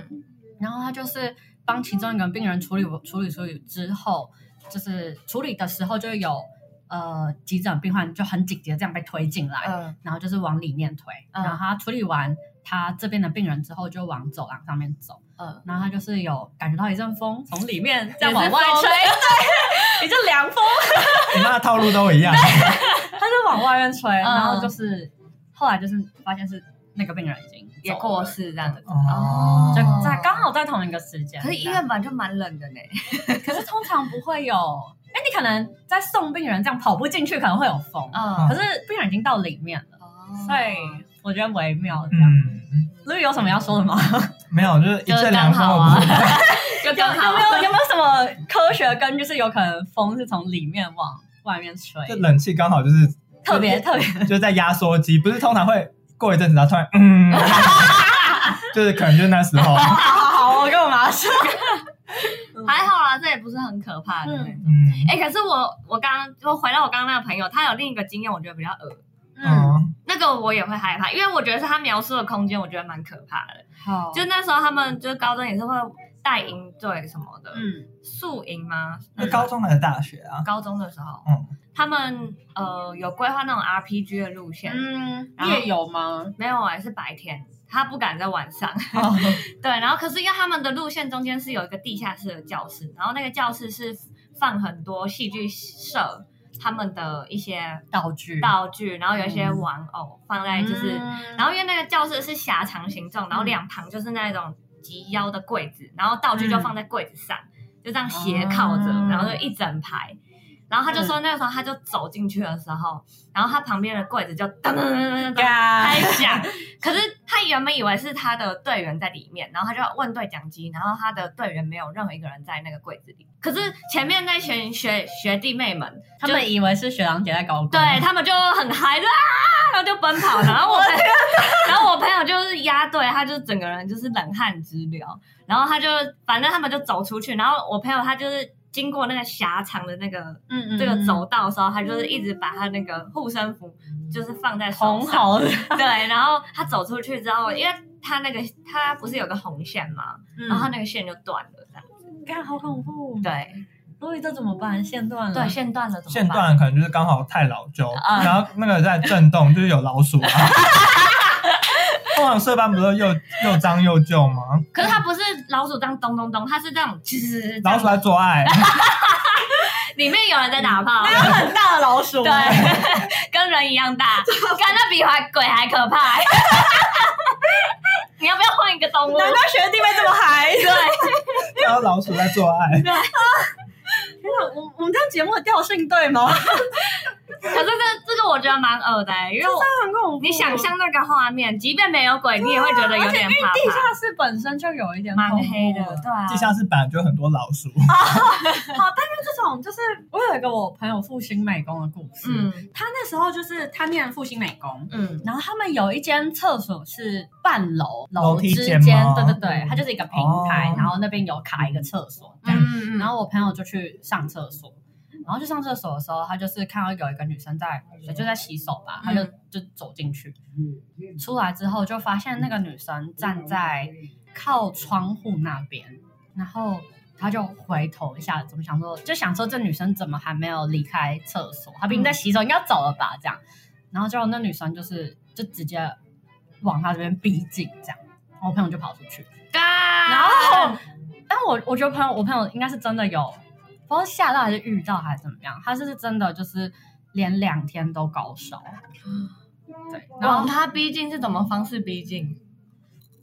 Speaker 2: 然后她就是帮其中一个病人处理处理处理之后，就是处理的时候就有呃急诊病患就很紧急的这样被推进来，
Speaker 4: 嗯
Speaker 2: 然后就是往里面推，
Speaker 4: 嗯
Speaker 2: 然后他处理完他这边的病人之后，就往走廊上面走，
Speaker 4: 嗯，
Speaker 2: 然后他就是有感觉到一阵风从里面这
Speaker 4: 再
Speaker 2: 样往
Speaker 4: 往
Speaker 2: 外
Speaker 4: 外
Speaker 2: 吹，
Speaker 4: 吹，
Speaker 2: 一阵凉风，
Speaker 3: 你妈的欸套路都一样，
Speaker 2: (laughs) 他就往外面吹，
Speaker 4: 嗯
Speaker 2: 然后就是后来就是发现是那个病人已经
Speaker 4: 也
Speaker 2: 走
Speaker 4: 过
Speaker 2: 了，
Speaker 4: 世这样子。
Speaker 3: 哦
Speaker 2: 就
Speaker 4: 哦
Speaker 2: 在刚好在同一个时间，
Speaker 4: 可是医院版就蛮冷的呢。
Speaker 2: 对可是通常不会有，哎，你可能在送病人这样跑步进去可能会有风，
Speaker 4: 嗯
Speaker 2: 可，是病人已经到里面了，所以我觉得微妙这样。
Speaker 3: 嗯，
Speaker 2: 所以有什么要说的吗？
Speaker 3: 没有，就是一阵凉风
Speaker 4: 就是
Speaker 3: 我
Speaker 2: 啊
Speaker 3: 不会，
Speaker 4: 就
Speaker 2: 有
Speaker 4: 刚
Speaker 2: 有
Speaker 4: 好
Speaker 2: 没有有没有什么科学根据？就是有可能风是从里面往外面吹，
Speaker 3: (laughs) 就冷气刚好就是
Speaker 2: 特别特别
Speaker 3: 就是在压缩机，不是通常会过一阵子，然后突然
Speaker 2: (laughs)
Speaker 3: 嗯，就是可能就是那时候，
Speaker 2: 好好好，我跟我妈说，
Speaker 4: 还好啦，这也不是很可怕的。
Speaker 2: 嗯
Speaker 3: 嗯，
Speaker 4: 哎，可是我我刚刚就回到我刚刚那个朋友，他有另一个经验，我觉得比较恶
Speaker 2: 嗯，
Speaker 3: 嗯，
Speaker 4: 那个我也会害怕，因为我觉得是他描述的空间，我觉得蛮可怕的。
Speaker 2: 好
Speaker 4: 就那时候他们就是高中也是会带营队什么的，
Speaker 2: 嗯
Speaker 4: 宿营吗？
Speaker 3: 那高中还是大学啊？
Speaker 4: 高中的时候，
Speaker 3: 嗯
Speaker 4: 他们呃有规划那种 RPG 的路线，
Speaker 2: 嗯，
Speaker 4: 然后
Speaker 2: 夜游吗？
Speaker 4: 没有啊，是白天，他不敢在晚上。 (laughs) 对，然后可是因为他们的路线中间是有一个地下室的教室，然后那个教室是放很多戏剧社他们的一些
Speaker 2: 道具
Speaker 4: 道具，然后有一些玩偶放在就是。
Speaker 5: 嗯
Speaker 4: 然
Speaker 2: 后
Speaker 4: 后因为那个教室是狭长形状，然后两旁就是那种及腰的柜子，然后道具就放在柜子上，就这样斜靠着，
Speaker 2: 嗯
Speaker 4: 然后就一整排。然后他就说那个时候他就走进去的时候，然后他旁边的柜子就噔噔噔噔噔噔
Speaker 2: 干
Speaker 4: 开 (laughs) 响，可是他原本以为是他的队员在里面，然后他就问对讲机，然后他的队员没有任何一个人在那个柜子里，可是前面那群学学弟妹们，
Speaker 2: 他们以为是学长姐在搞鬼，
Speaker 4: 对他们就很嗨的啊，然后就奔跑，然后我朋友， (laughs) 然后我朋友就是压队，他就整个人就是冷汗直流，然后他就反正他们就走出去，然后我朋友他就是。经过那个狭长的那个
Speaker 2: 嗯，嗯嗯
Speaker 4: 这个走道的时候，他就是一直把他那个护身符就是放在手
Speaker 2: 红
Speaker 4: 上，
Speaker 2: 好的， (laughs)
Speaker 4: (laughs) 对，然后他走出去之后，因为他那个他不是有个红线嘛，然后他那个线就断了，这
Speaker 2: 看
Speaker 4: 样
Speaker 2: 好恐怖，
Speaker 4: 对
Speaker 2: 所以这怎么办？线断了，
Speaker 4: 对，线断了怎么办？
Speaker 3: 线断了可能就是刚好太老旧，
Speaker 2: 嗯
Speaker 4: 啊
Speaker 3: 然后那个在震动，就是有老鼠啊。
Speaker 2: (laughs)
Speaker 3: 通常色斑不是又又脏又旧吗？
Speaker 4: 可是它不是老鼠这样咚咚咚，它是这样，其实
Speaker 3: (laughs) 老鼠在做
Speaker 4: (laughs)
Speaker 3: 爱，
Speaker 4: 里面有人在打炮，
Speaker 5: 嗯
Speaker 2: 那很大的老鼠，
Speaker 4: 对， (laughs) 跟人一样大，跟那比还鬼还可怕、 (laughs) 你要不要换一个动物？
Speaker 2: 难怪学弟妹这么嗨。
Speaker 4: 对，
Speaker 3: 然后老鼠在做爱，
Speaker 4: 啊
Speaker 2: 天哪我我们这样节目的调性对 (laughs) 吗？
Speaker 4: 可是这这个我觉得蛮恶的、欸，因为我
Speaker 2: 很恐怖。
Speaker 4: 你想象那个画面，即便没有鬼，你也会觉得有点怕
Speaker 2: 地
Speaker 4: 怕。
Speaker 2: 下室本身就有一点
Speaker 4: 蛮
Speaker 2: 恐怖
Speaker 4: 黑的，
Speaker 2: 了
Speaker 4: 对啊，
Speaker 3: 地下室本来就很多老
Speaker 4: (laughs)
Speaker 3: 鼠，
Speaker 4: 嗯
Speaker 2: 这种就是我有一个我朋友复兴美工的故事，
Speaker 4: 嗯
Speaker 2: 他那时候就是他念复兴美工。
Speaker 4: 嗯
Speaker 2: 然后他们有一间厕所是半楼
Speaker 3: 楼梯
Speaker 2: 之
Speaker 3: 间
Speaker 2: 间，
Speaker 3: 吗嗯
Speaker 2: 对对对，它就是一个平台，
Speaker 3: 哦
Speaker 2: 然后那边有卡一个厕所这样。
Speaker 4: 嗯，
Speaker 2: 然
Speaker 4: 然后
Speaker 2: 后我朋友就去上厕所，然后去上厕所的时候，他就是看到有一个女生在就在洗手吧，他就
Speaker 4: 嗯
Speaker 2: 就走进去，出来之后就发现那个女生站在靠窗户那边，然后。他就回头一下，怎么想说，就想说这女生怎么还没有离开厕所？她毕竟在洗手，应该要走了吧？这样，然后就那女生就是就直接往他这边逼近，这样，然后我朋友就跑出去，然后，但我我觉得朋友，我朋友应该是真的有，不知道吓到还是遇到还是怎么样，他是真的就是连两天都高烧。对，然
Speaker 4: 然后
Speaker 2: 后
Speaker 4: 他逼近是怎么方式逼近？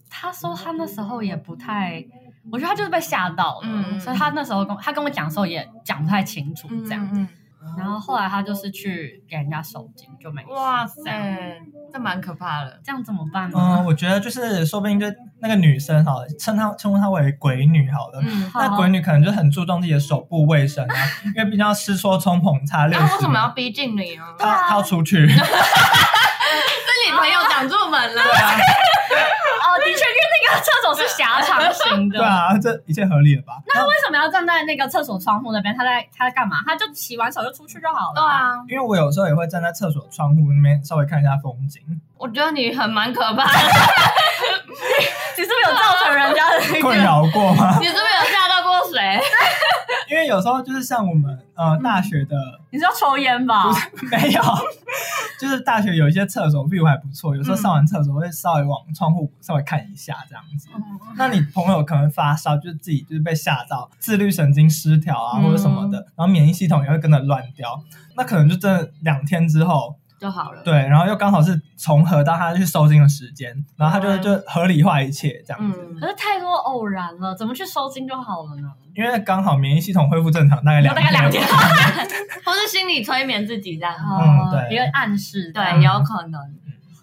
Speaker 2: 他说他那时候也不太，我觉得他就是被吓到了，
Speaker 4: 嗯
Speaker 2: 所以他那时候跟他跟我讲的时候也讲不太清楚这样。
Speaker 4: 嗯，
Speaker 2: 然后后来他就是去给人家手巾，就没事。
Speaker 4: 嗯哇
Speaker 2: 这样
Speaker 4: 塞，这蛮可怕的。
Speaker 2: 这样怎么办呢？
Speaker 3: 嗯，我觉得就是说不定就那个女生好了，称她称呼她为鬼女好了。
Speaker 4: 嗯，
Speaker 2: 好
Speaker 3: 那鬼女可能就很注重自己的手部卫生
Speaker 4: (laughs)
Speaker 3: 啊，因为毕竟要湿搓冲捧擦六
Speaker 4: 那
Speaker 3: 十。
Speaker 4: 为什么要逼近你 (laughs) 啊？
Speaker 3: 她她要出去？
Speaker 4: 是你朋友挡住门了， (laughs)
Speaker 2: 哦，的确，因为那个厕所是狭长型
Speaker 3: (laughs)
Speaker 2: 的。
Speaker 3: 对啊，这一切合理了吧？那
Speaker 2: 为什么要站在那个厕所窗户那边？他在他在干嘛？他就洗完手就出去就好了。
Speaker 4: 对，啊，
Speaker 3: 因为我有时候也会站在厕所窗户那边稍微看一下风
Speaker 4: (laughs)
Speaker 3: 景，
Speaker 4: 我觉得你很蛮可怕的，
Speaker 2: 你是不是有造成人家的
Speaker 4: 啊
Speaker 2: 那
Speaker 3: 困
Speaker 2: 个？
Speaker 3: 扰过吗？
Speaker 4: 你是不是有吓到过谁？
Speaker 3: 因为有时候就是像我们呃大学的、
Speaker 2: 你是要抽烟吧
Speaker 3: 不？是 (laughs) 没有，就是大学有一些厕所 view 还不错，有时候上完厕所会稍微往窗户稍微看一下这样子。那你朋友可能发烧，就是自己就是被吓到，自律神经失调啊
Speaker 4: 嗯
Speaker 3: 或者什么的，然后免疫系统也会跟着乱掉，那可能就真的两天之后，
Speaker 4: (laughs) 就好了。
Speaker 3: 对，然后又刚好是重合到他去收金的时间，然后他就
Speaker 4: 嗯
Speaker 3: 就合理化一切这样子。
Speaker 4: 嗯，
Speaker 2: 可是太多偶然了，怎么去收金就好了呢？
Speaker 3: 因为刚好免疫系统恢复正常，大概两
Speaker 2: 大概两天，
Speaker 3: (laughs)
Speaker 4: 或是心理催眠自己这
Speaker 5: 嗯
Speaker 4: 样。
Speaker 2: 哦
Speaker 3: 对
Speaker 2: 一个暗示。
Speaker 4: 对，啊有可能。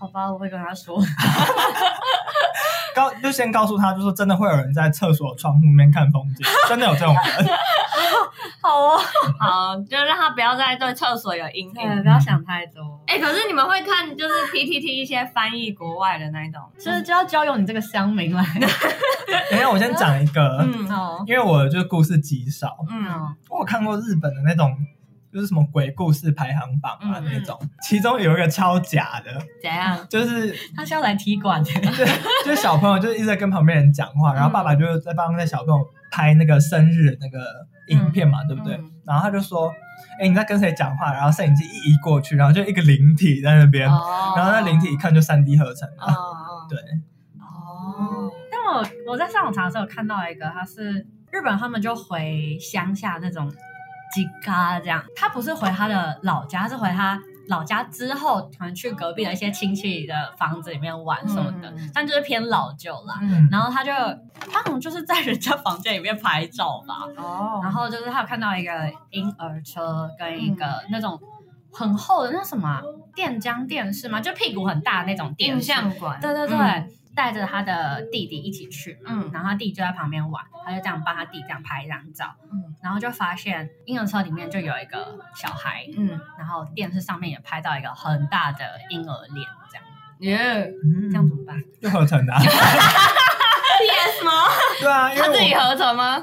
Speaker 2: 好吧，我会跟他说。
Speaker 3: 告就先告诉他，就说真的会有人在厕所窗户那边看风景，真的有这种人。
Speaker 2: (laughs) 好哦，
Speaker 4: 好，就让他不要再对厕所有阴
Speaker 2: 对，
Speaker 4: 影。
Speaker 2: 哎不要想太多。
Speaker 4: 哎，可是你们会看就是 PTT 一些翻译国外的那一种，
Speaker 2: 就是就要交由你这个乡民来。
Speaker 3: 等哎一下我先讲一个，
Speaker 4: 嗯
Speaker 2: (laughs) 哦，
Speaker 3: 因为我就是故事极少，
Speaker 4: 嗯
Speaker 3: 我有看过日本的那种。就是什么鬼故事排行榜啊
Speaker 4: 嗯
Speaker 3: 那种，其中有一个超假的，
Speaker 4: 怎样？ (laughs)
Speaker 3: 就是
Speaker 2: (laughs) 他是要来踢馆的。 (laughs)
Speaker 3: 就就是小朋友就是一直在跟旁边人讲
Speaker 4: 嗯
Speaker 3: 话，然后爸爸就在帮那小朋友拍那个生日那个影片嘛，对不对？
Speaker 4: 嗯
Speaker 3: 然后他就说：“哎、你在跟谁讲话？”然后摄影机一移过去，然后就一个灵体在那边，
Speaker 4: 哦
Speaker 3: 然后那灵体一看就三 D 合成的。
Speaker 4: 哦哦
Speaker 3: 对，
Speaker 4: 哦，
Speaker 2: 但我我在上网查的时候有看到一个，他是日本，他们就回乡下那种吉嘎这样，他不是回他的老家，是回他老家之后，可能去隔壁的一些亲戚的房子里面玩什么的，
Speaker 4: 嗯
Speaker 2: 但就是偏老旧啦。
Speaker 3: 嗯，
Speaker 2: 然后他就他可能就是在人家房间里面拍照吧，
Speaker 4: 哦
Speaker 2: 然后就是他有看到一个婴儿车跟一
Speaker 4: 嗯
Speaker 2: 个那种很厚的那什么啊电浆电视嘛，就屁股很大的那种电
Speaker 4: 印
Speaker 2: 视，
Speaker 4: 象馆，
Speaker 2: 对对对，
Speaker 4: 嗯
Speaker 2: 带着他的弟弟一起去，
Speaker 4: 嗯
Speaker 2: 然后他弟就在旁边玩，他就这样帮他弟这样拍一张照，
Speaker 4: 嗯
Speaker 2: 然后就发现婴儿车里面就有一个小孩，
Speaker 4: 嗯，
Speaker 2: 然后电视上面也拍到一个很大的婴儿脸，这样
Speaker 4: 耶，
Speaker 3: 嗯
Speaker 2: 这样怎么办？
Speaker 3: 就合成的啊、
Speaker 5: PS 吗？
Speaker 3: 对啊，因
Speaker 5: 他自己
Speaker 3: 为
Speaker 5: 合成吗？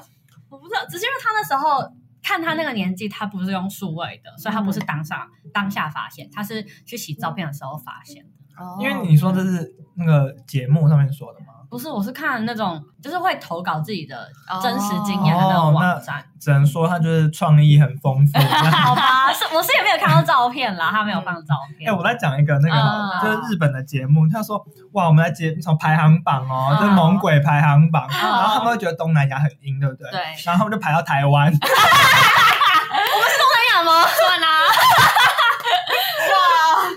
Speaker 2: 我不知道，只是因为他那时候看他那个年纪，他不是用数位的，所以他不是当上当下发现，他是去洗照片的时候发现的。
Speaker 4: 哦
Speaker 3: 我因为你说这是那个节目上面说的嘛，
Speaker 2: 不是，我是看那种就是会投稿自己的
Speaker 4: 哦
Speaker 2: 真实经验的哦那种网站。
Speaker 3: 只能说他就是创意很丰
Speaker 5: (laughs)
Speaker 3: 富。
Speaker 2: 好吧，是我是也没有看到照片啦，他没有放照
Speaker 3: 哎、
Speaker 2: 片。
Speaker 3: 我在讲一个那个
Speaker 2: 嗯
Speaker 3: 好了，就是日本的节目，他说哇，我们来节什么排行榜哦，
Speaker 2: 嗯
Speaker 3: 就是猛鬼排行榜，然后他们会觉得东南亚很阴，对不对？
Speaker 5: 嗯对
Speaker 3: 然后他们就排到台
Speaker 5: (laughs)
Speaker 3: 湾，
Speaker 2: 哎呀吗？
Speaker 5: 算啊
Speaker 4: 哦
Speaker 5: 啦，哇，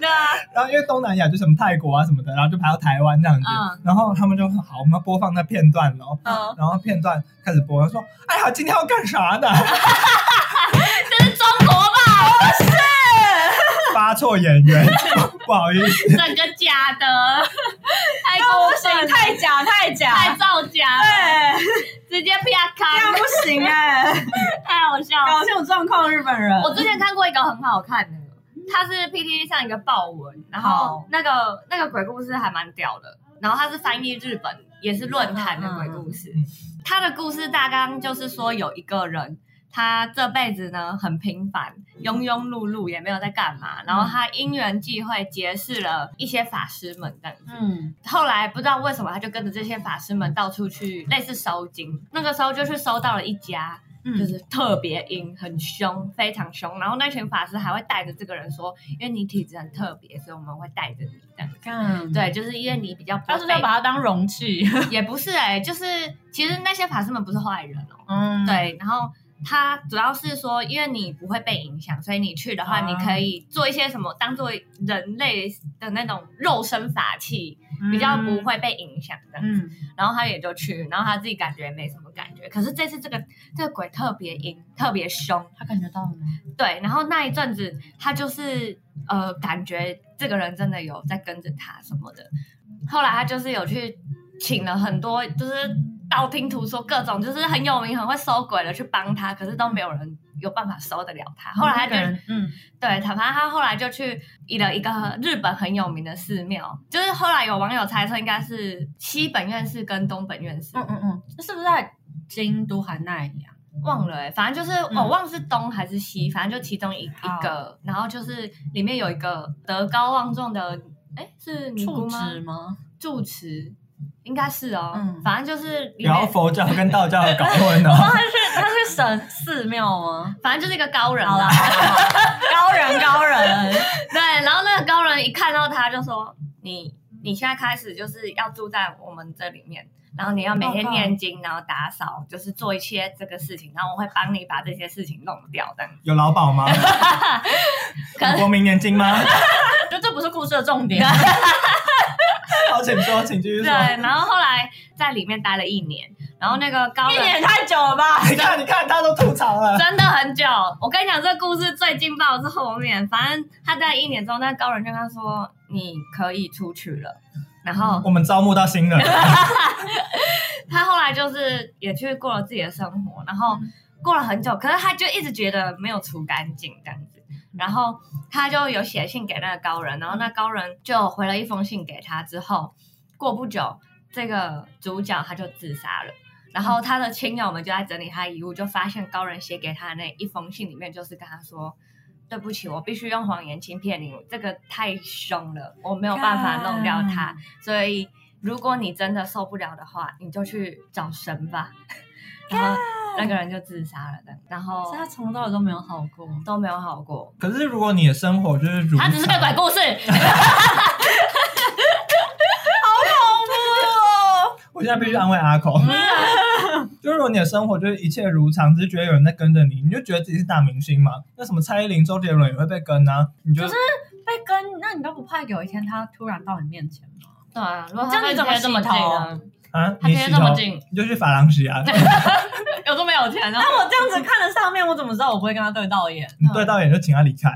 Speaker 5: 那
Speaker 3: 然后因为东南亚就什么泰国啊什么的，然后就排到台湾这样子，
Speaker 5: 嗯
Speaker 3: 然后他们就好，我们要播放那片段喽，
Speaker 4: 哦
Speaker 5: 嗯，
Speaker 3: 然后片段开始播，他说哎呀，今天要干啥呢？
Speaker 5: (laughs) 这是中国吧？
Speaker 3: 发错演员，不好意思，
Speaker 5: 整个假的， (laughs) 太过分了，
Speaker 4: 太假太假
Speaker 5: 太造假了，
Speaker 4: 对，
Speaker 5: 直接啪
Speaker 4: 这样
Speaker 5: 卡，
Speaker 4: 不行哎、
Speaker 5: 太好笑了。
Speaker 4: 搞清楚状况，日本人。
Speaker 5: (laughs) 我之前看过一个很好看的，它是 PTT 上一个爆文，然后
Speaker 4: 好
Speaker 5: 那个那个鬼故事还蛮屌的，然后它是翻译日本，也是论坛的鬼故事
Speaker 3: 嗯嗯。
Speaker 5: 它的故事大纲就是说有一个人。他这辈子呢很平凡，庸庸碌碌，也没有在干嘛。然后他因缘际会结识了一些法师们这样子，
Speaker 2: 嗯，
Speaker 5: 后来不知道为什么，他就跟着这些法师们到处去，类似收金。那个时候就去收到了一家，
Speaker 4: 嗯
Speaker 5: 就是特别阴，很凶，非常凶。然后那群法师还会带着这个人说，因为你体质很特别，所以我们会带着你这样。
Speaker 2: 看，
Speaker 5: 对，就是因为你比较不
Speaker 2: 他嗯是不是要把它当容器？
Speaker 5: 被也不是哎、就是其实那些法师们不是坏人哦、
Speaker 2: 嗯，
Speaker 5: 对，然后。他主要是说，因为你不会被影响，所以你去的话，
Speaker 2: 啊
Speaker 5: 你可以做一些什么，当做人类的那种肉身法器，比较不会被影响的。
Speaker 2: 嗯，
Speaker 5: 然后他也就去，然后他自己感觉也没什么感觉。可是这次这个这个鬼特别阴，特别凶，
Speaker 2: 他感觉到了吗？
Speaker 5: 对。然后那一阵子他就是呃，感觉这个人真的有在跟着他什么的。后来他就是有去请了很多，就是道听途说各种，就是很有名、很会收鬼的去帮他，可是都没有人有办法收得了他。后来他就
Speaker 2: 嗯，
Speaker 5: 对，他反正他后来就去了一个日本很有名的寺庙，就是后来有网友猜测应该是西本院寺跟东本院寺，
Speaker 2: 嗯嗯嗯，这是不是在京都还奈里啊？
Speaker 5: 忘了哎、反正就是、
Speaker 2: 嗯
Speaker 5: 我忘了是东还是西，反正就其中一
Speaker 2: 好
Speaker 5: 一个，然后就是里面有一个德高望重的，哎、是尼姑
Speaker 2: 处
Speaker 5: 吗？
Speaker 2: 置吗？
Speaker 5: 住持，应该是哦，
Speaker 2: 嗯
Speaker 5: 反正就是
Speaker 3: 不
Speaker 5: 里
Speaker 3: 要
Speaker 5: 面，
Speaker 3: 佛教跟道教搞混哦。
Speaker 2: 他是 (laughs) 他是神寺庙吗？
Speaker 5: 反正就是一个高人
Speaker 2: 好啦，
Speaker 5: 啦。
Speaker 2: 好啦好啦 (laughs) 高人高人，
Speaker 5: (laughs) 对，然后那个高人一看到他就说：“你你现在开始就是要住在我们这里面，然后你要每天念经，然后打扫，就是做一些这个事情，然后我会帮你把这些事情弄掉这样。
Speaker 3: 有劳保吗？
Speaker 5: 可能
Speaker 3: 国民年金吗？
Speaker 2: 就这不是故事的重 (laughs) 点。
Speaker 3: 好，请说，请继”续
Speaker 5: 对，
Speaker 3: 说。
Speaker 5: 然后后来在里面待了一年，然后那个高
Speaker 2: 一
Speaker 5: 人
Speaker 2: 年太久了 (laughs) 吧？
Speaker 3: 你看，你看，他都吐槽了。
Speaker 5: (laughs) 真的很久。我跟你讲，这故事最劲爆的是后面，反正他待一年之后，那高人就跟他说：“你可以出去了。”然后
Speaker 3: 我们招募到新人，
Speaker 5: 他后来就是也去过了自己的生活，然后过了很久，可是他就一直觉得没有除干净这样子。然后他就有写信给那个高人，然后那高人就回了一封信给他。之后过不久，这个主角他就自杀了。然后他的亲友们就在整理他的遗物，就发现高人写给他的那一封信里面，就是跟他说：“对不起，我必须用谎言欺骗你，这个太凶了，我没有办法弄掉他。”所以如果你真的受不了的话，你就去找神吧。然后那个人就自杀了，然后
Speaker 2: 所以他从头到尾都没有好过。
Speaker 5: 都没有好过。
Speaker 3: 可是如果你的生活就是如
Speaker 5: 他只是个鬼故事，
Speaker 3: 我现在必须安慰阿孔， (laughs) 就是如果你的生活就是一切如常，只是觉得有人在跟着你，你就觉得自己是大明星嘛。那什么蔡依林、周杰伦也会被跟啊，你就
Speaker 2: 可是被跟，那你都不怕有一天他突然到你面前吗？
Speaker 5: (laughs) 对啊，如果
Speaker 2: 这样
Speaker 5: 他
Speaker 2: 你
Speaker 5: 被
Speaker 2: 怎么
Speaker 5: 贴这么
Speaker 2: 洗
Speaker 5: 近
Speaker 2: 头
Speaker 5: 呢？
Speaker 3: 啊，
Speaker 5: 他
Speaker 3: 你
Speaker 5: 贴
Speaker 3: 洗
Speaker 5: 这么
Speaker 3: 头
Speaker 5: 近，
Speaker 3: 你就去发廊洗啊，
Speaker 5: 有这么有 (laughs) 钱呢？啊
Speaker 2: 那 (laughs) 我这样子看着上面，我怎么知道我不会跟他对到眼？
Speaker 3: 你对到眼就请他离开。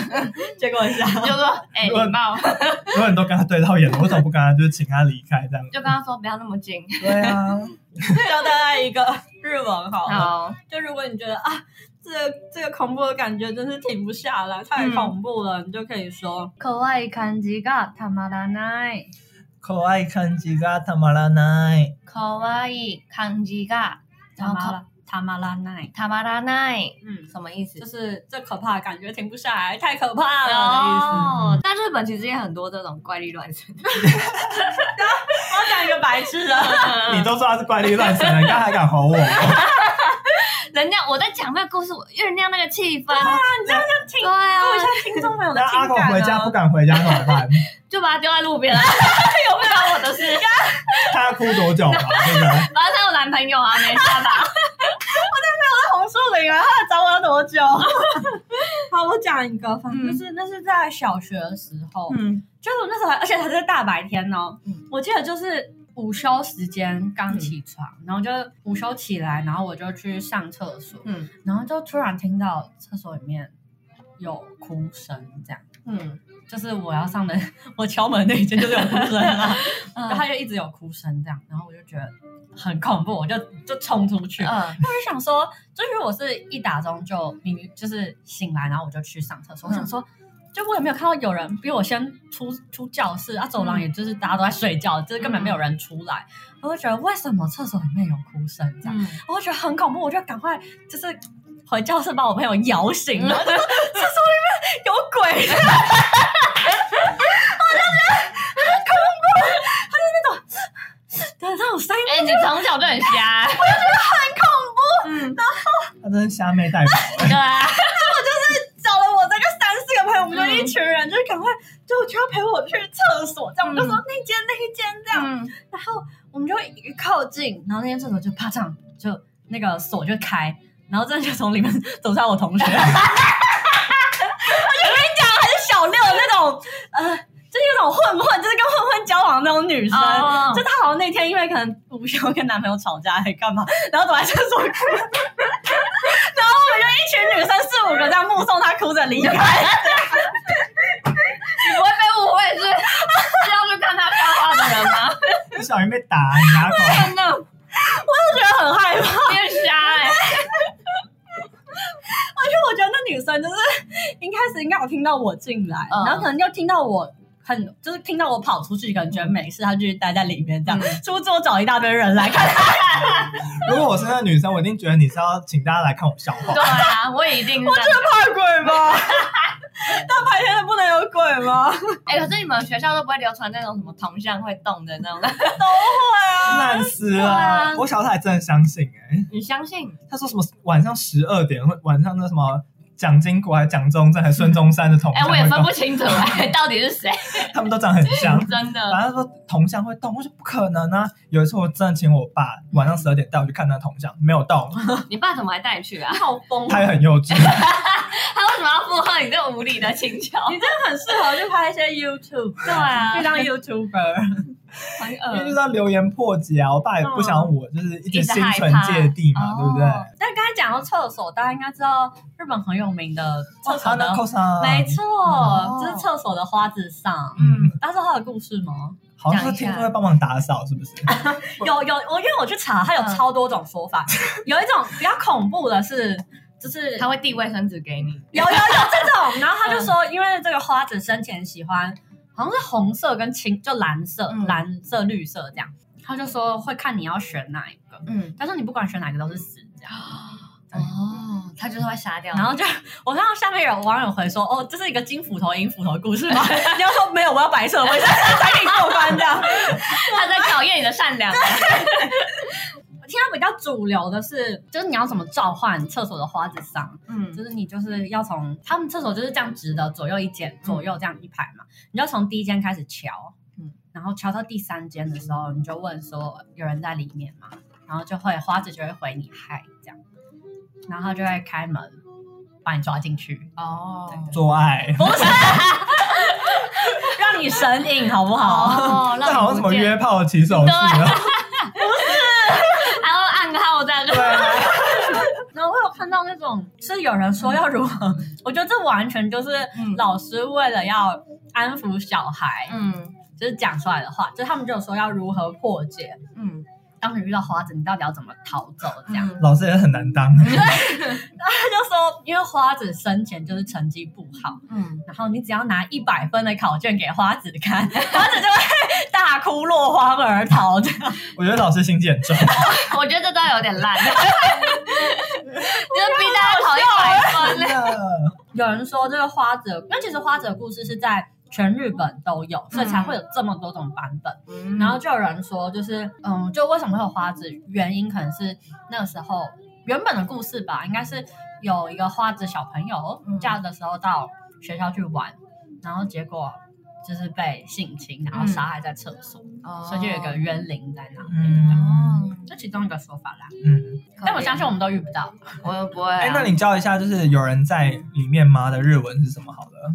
Speaker 2: (laughs) 结果是啊，
Speaker 5: 就说 (laughs) 哎，
Speaker 3: 如果
Speaker 5: 礼貌，
Speaker 3: 如果你都跟他对到眼了，为什么不跟他就是请他离开这样？
Speaker 5: 就跟他说不要那么近。
Speaker 3: 对啊，
Speaker 2: 教大家一个日文好了，
Speaker 5: 好，
Speaker 2: 就如果你觉得啊，这个这个恐怖的感觉真是停不下来，太恐怖了，你就可以说
Speaker 1: 可爱感じがたまらない。
Speaker 3: 可爱看几个他妈拉奈，
Speaker 5: 可爱康吉嘎，
Speaker 2: 他妈拉他妈拉奈，
Speaker 5: 塔巴拉奈，
Speaker 2: 嗯，
Speaker 5: 什么意思
Speaker 2: 就？是这可怕的感觉停不下来，太可怕了 (laughs) 的意思。
Speaker 5: 哦，但日本其实也很多这种怪力乱神。
Speaker 2: 我讲一个白痴 (laughs) 的，
Speaker 3: (laughs) 你都说他是怪力乱神了，你刚才还敢
Speaker 5: (laughs)
Speaker 3: 吼我？
Speaker 5: 人家我在讲那个故事，我酝酿那个气氛。对啊，你这样就
Speaker 2: 做一
Speaker 5: 对
Speaker 2: 下
Speaker 5: 啊，
Speaker 2: 听众朋友的
Speaker 3: 那阿
Speaker 2: 情
Speaker 3: 狗
Speaker 2: 感
Speaker 3: 回家不敢回家怎么办？
Speaker 5: 就把它丢在
Speaker 2: (laughs)
Speaker 5: 路边了，有没有我的事？
Speaker 3: 他要哭多久
Speaker 5: (laughs)
Speaker 3: 吧？这个
Speaker 5: 反正她有男朋友啊，没办法。
Speaker 2: (laughs) 红树林啊，他找我要多久？ (laughs) 嗯好，我讲一个，反正就是、那是在小学的时候，
Speaker 3: 嗯，
Speaker 2: 就是我那时候还，而且还是大白天哦。
Speaker 5: 嗯
Speaker 2: 我记得就是午休时间刚起床，然后就午休起来，然后我就去上厕所，
Speaker 5: 嗯
Speaker 2: 然后就突然听到厕所里面有哭声，这样
Speaker 5: 嗯，
Speaker 2: 就是我要上的， (laughs) 我敲门那一间就是有哭声 (laughs) 啊，
Speaker 5: 嗯
Speaker 2: 然后他就一直有哭声这样，然后我就觉得很恐怖，我就就冲出去，
Speaker 5: 嗯
Speaker 2: 我就想说，就是我是一打钟就明就是醒来，然后我就去上厕所。我想说，就我也没有看到有人比我先出出教室啊，走廊也就是大家都在睡觉，就是根本没有人出来。我就觉得为什么厕所里面有哭声这样？
Speaker 5: 嗯，
Speaker 2: 我就觉得很恐怖，我就赶快就是回教室把我朋友摇醒，然后就说厕所里面有鬼。我就 (laughs) 觉得很恐怖，他 (laughs) 就那种的那种声音。
Speaker 5: 哎，你从小就很
Speaker 2: (laughs)
Speaker 5: 瞎，
Speaker 3: 他真是虾妹代表。
Speaker 5: 对啊，
Speaker 2: 找了我这个三四个朋友，我们就一群人，就赶快就就要陪我去厕所，这样我们就说那间那一间这样，
Speaker 5: 嗯
Speaker 2: 然后我们就一靠近，然后那间厕所就啪嚓就那个锁就开，然后真的就从里面走出来我 (laughs) 同学，我就跟你讲，还是小六那种呃。就是那种混混，就是跟混混交往的那种女生
Speaker 5: 哦
Speaker 2: 就她好像那天因为可能午休跟男朋友吵架还干嘛，然后躲在厕所哭，然后我们就一群女生四五个这样目送她哭着离开。
Speaker 5: 你不会被误会是 (laughs) 是要去看他笑话的人吗？ (laughs)
Speaker 3: 不小心被打，你阿狗。
Speaker 5: 真的，
Speaker 2: 觉得很害怕，
Speaker 5: 你很瞎哎，
Speaker 2: 因为我觉得那女生就是一开始应该有听到我进来，
Speaker 5: 嗯
Speaker 2: 然后可能就听到我很就是听到我跑出去，可能觉得没事，她就继续待在里面这样，殊不知我找一大堆人来看她，
Speaker 3: 如果我是那个女生，我一定觉得你是要请大家来看我笑话
Speaker 5: 对。啊，我也一定是这样。
Speaker 2: 怕鬼吗？ (laughs) 大白天的不能有鬼吗？
Speaker 5: 哎，可是你们学校都不会流传那种什么铜像会动的那种，
Speaker 3: 烂死
Speaker 5: 对啊
Speaker 3: 了！我小时候还真的相信哎、
Speaker 5: 你相信？
Speaker 3: 他说什么晚上十二点，会晚上那什么蒋经国还是蒋中正还是孙中山的铜
Speaker 5: 哎，
Speaker 3: 像
Speaker 5: 我
Speaker 3: 会
Speaker 5: 也分
Speaker 3: 动，
Speaker 5: 不清楚哎，到底是谁， (laughs)
Speaker 3: 他们都长很像。
Speaker 5: 真的。
Speaker 3: 反正他说铜像会动，我说不可能啊！有一次我真的请我爸晚上十二点带我去看那铜像，没有 (laughs) 动，
Speaker 5: 你爸怎么还带你去啊？ (laughs)
Speaker 2: 好疯
Speaker 3: 他也很幼稚。
Speaker 5: 他为什么要附和你这种无理的请求？
Speaker 2: 你真的很适合去拍一些 YouTube，
Speaker 5: 对啊
Speaker 2: (laughs) 去当
Speaker 3: 嗯
Speaker 2: YouTuber。
Speaker 5: 很
Speaker 3: 因为就
Speaker 5: 恶
Speaker 3: 是要流言破解啊，我爸也不想我就是一直心存芥蒂嘛，
Speaker 5: 嗯
Speaker 3: 对不对？
Speaker 5: 哦
Speaker 2: 但刚才讲到厕所，大家应该知道日本很有名的厕所 (laughs) 的
Speaker 3: 那，扣上，
Speaker 2: 没错，
Speaker 5: 哦
Speaker 2: 就是厕所的花子上。
Speaker 3: 嗯，
Speaker 2: 大家知道他的故事吗？
Speaker 3: 好像是听说会帮忙打扫， (laughs) 是不是？
Speaker 2: 有有，我因为我去查，它有
Speaker 5: 嗯
Speaker 2: 超多种说 (laughs) 法，有一种比较恐怖的是， (laughs) 就是
Speaker 5: 他会递卫生纸给你。
Speaker 2: 有有有这种，然后他就说，因为这个花子生前喜欢，好像是红色跟青，就蓝色、
Speaker 5: 嗯
Speaker 2: 蓝色、绿色这样，他就说会看你要选哪一个，
Speaker 5: 嗯，
Speaker 2: 他说你不管选哪个都是死这样。
Speaker 5: 哦，他就是会杀掉你。
Speaker 2: 然后就我看到下面有网友回说，哦，这是一个金斧头银斧头故事吗？ (laughs) 你要说没有，我要白色的，我 (laughs) 才可以过关的。
Speaker 5: 他在考验你的善良。
Speaker 2: 我听到比较主流的是，就是你要怎么召唤厕所的花子上。
Speaker 5: 嗯
Speaker 2: 就是你就是要从他们厕所就是这样直的，左右一间，左右这样一排嘛，你就从第一间开始敲，
Speaker 5: 嗯
Speaker 2: 嗯，然后敲到第三间的时候，你就问说有人在里面吗？然后就会花子就会回你嗨这样，然后就会开门把你抓进去，
Speaker 5: 哦，
Speaker 3: 做爱，
Speaker 2: 不是， (laughs) 让你神隐好不好？
Speaker 5: 哦，
Speaker 3: (laughs) 这好像什么
Speaker 5: 约？
Speaker 3: 约炮骑手似的。
Speaker 5: 还有暗号这样，
Speaker 3: 对啊，
Speaker 2: 然后我有看到那种是有人说要如何，
Speaker 5: 嗯
Speaker 2: 我觉得这完全就是老师为了要安抚小孩，
Speaker 5: 嗯
Speaker 2: 就是讲出来的话，就是他们就有说要如何破解，
Speaker 5: 嗯，
Speaker 2: 当你遇到花子，你到底要怎么逃走这样。
Speaker 3: 老师也很难当。
Speaker 2: 他就说，因为花子生前就是成绩不好，
Speaker 5: 嗯，
Speaker 2: 然后你只要拿一百分的考卷给花子
Speaker 5: (laughs)
Speaker 2: 看，花子就会大哭落荒而逃
Speaker 5: (laughs)
Speaker 2: 这样。
Speaker 3: 我觉得老师心机很 (laughs) 重，
Speaker 5: 我觉得这都有点烂，就是逼大家考一百分
Speaker 3: 真
Speaker 5: 嘞。
Speaker 3: 的。
Speaker 2: 有人说这个花子，因为其实花子的故事是在全日本都有，所以才会有这么多种版本。然后就有人说，就是嗯，就为什么会有花子，原因可能是那时候原本的故事吧，应该是有一个花子小朋友
Speaker 5: 嗯
Speaker 2: 假日的时候到学校去玩，然后结果就是被性侵，然后杀害在厕所，所以就有一个冤灵在那边。这样
Speaker 3: 嗯
Speaker 2: 这其中一个说法啦，
Speaker 3: 嗯，
Speaker 2: 但我相信我们都遇不到。
Speaker 5: 我又不会啊。
Speaker 3: 哎，那你教一下，就是有人在里面吗的日文是什么好了？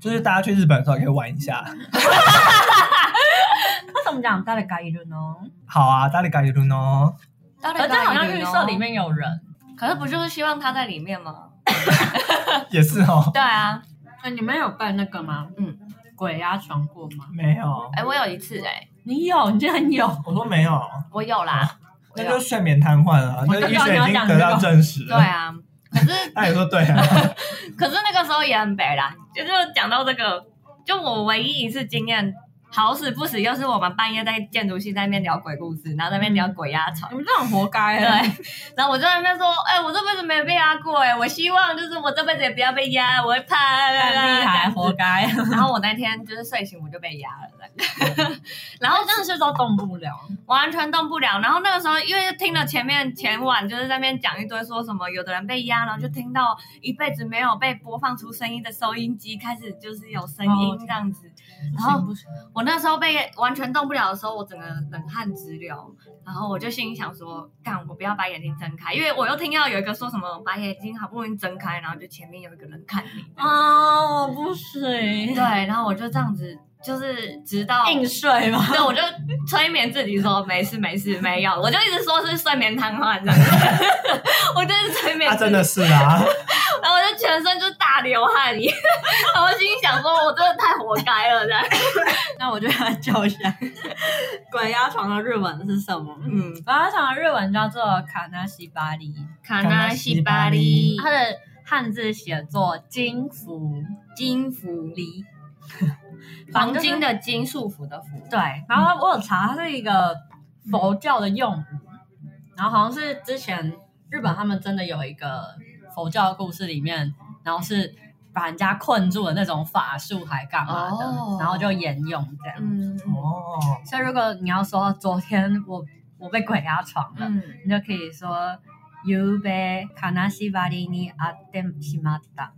Speaker 3: 就是大家去日本的时候可以玩一下。
Speaker 2: 那怎么讲？大概该一轮哦。
Speaker 3: 好啊，大力加油
Speaker 2: (laughs)
Speaker 3: 哦！
Speaker 5: 到底
Speaker 2: 可是好像
Speaker 5: 哪
Speaker 2: 预
Speaker 5: 有
Speaker 2: 设里，面有人，
Speaker 5: 可是不就是希望他在里面吗？
Speaker 3: 也是哦，
Speaker 5: 对啊，
Speaker 2: 哎，你们有被那个吗？
Speaker 5: 嗯，
Speaker 2: 鬼压床过吗？
Speaker 3: 没有，
Speaker 5: 哎，我有一次哎，
Speaker 2: 你有，你竟然有。
Speaker 3: 我说没有，
Speaker 5: 我有啦，我
Speaker 3: 那
Speaker 5: 有
Speaker 3: 就。睡眠瘫痪了，
Speaker 2: 我
Speaker 3: 那
Speaker 2: 刚
Speaker 3: 医
Speaker 2: 刚
Speaker 3: 学已
Speaker 2: 要
Speaker 3: 经
Speaker 2: 讲
Speaker 3: 得
Speaker 2: 这
Speaker 3: 到
Speaker 2: 个
Speaker 3: 证实
Speaker 5: 对
Speaker 3: 了。
Speaker 5: 啊，可是
Speaker 3: 他也说对
Speaker 2: (laughs)
Speaker 3: 啊，
Speaker 5: 可是那个时候也很北啦，就是讲到这个，就我唯一一次经验，好死不死又是我们半夜在建筑系在那边聊鬼故事，然后在那边聊鬼压床。
Speaker 2: 你们这种活该
Speaker 5: 对
Speaker 2: 啊！，
Speaker 5: 然后我就在那边说，哎、我这辈子没被压过、哎，我希望就是我这辈子也不要被压，我会怕。
Speaker 2: 太厉害，活该。
Speaker 5: 然后我那天就是睡醒，我就被压了，
Speaker 2: 然后真的是都动不了，
Speaker 5: 完全动不了。然后那个时候，因为听了前面前晚就是在那边讲一堆说什么有的人被压，然后就听到一辈子没有被播放出声音的收音机开始就是有声
Speaker 2: 哦
Speaker 5: 音这样子。然后
Speaker 2: 不行不行
Speaker 5: 我那时候被完全动不了的时候，我整个冷汗直流，然后我就心里想说，干，我不要把眼睛睁开，因为我又听到有一个说什么把眼睛好不容易睁开，然后就前面有一个人看你，
Speaker 2: 哦，不行
Speaker 5: 对，，然后我就这样子，就是直到。
Speaker 2: 硬睡
Speaker 5: (laughs)
Speaker 2: 嘛。
Speaker 5: 对，我就催眠自己说没事没事没有，我就一直说是睡眠瘫痪的， (laughs) 我就是催眠
Speaker 3: 他
Speaker 5: 自己
Speaker 3: 真的是啊，
Speaker 5: 然后我就全身就大流汗， (laughs) 然后我心里想说我真的太活该了这样，
Speaker 2: (laughs) 那我就来教一下，鬼压床的日文是什么？
Speaker 5: 嗯，
Speaker 2: 鬼压床的日文叫做卡纳西巴利，
Speaker 5: 卡
Speaker 3: 纳西巴利
Speaker 2: 它的汉字写作金福 (laughs)
Speaker 5: 金福
Speaker 2: 梨，
Speaker 5: 黄金的金，束缚的缚。
Speaker 2: 对，然
Speaker 5: 嗯
Speaker 2: 后我有查，它是一个佛教的用语，然后好像是之前日本他们真的有一个佛教的故事里面，然后是把人家困住的那种法术还干嘛的，
Speaker 5: 哦
Speaker 2: 然后就沿用这样。
Speaker 5: 嗯
Speaker 3: 哦，
Speaker 2: 所以如果你要说昨天我我被鬼压床了，
Speaker 5: 嗯，
Speaker 2: 你就可以说。ゆうべ悲しばりにあってしまった。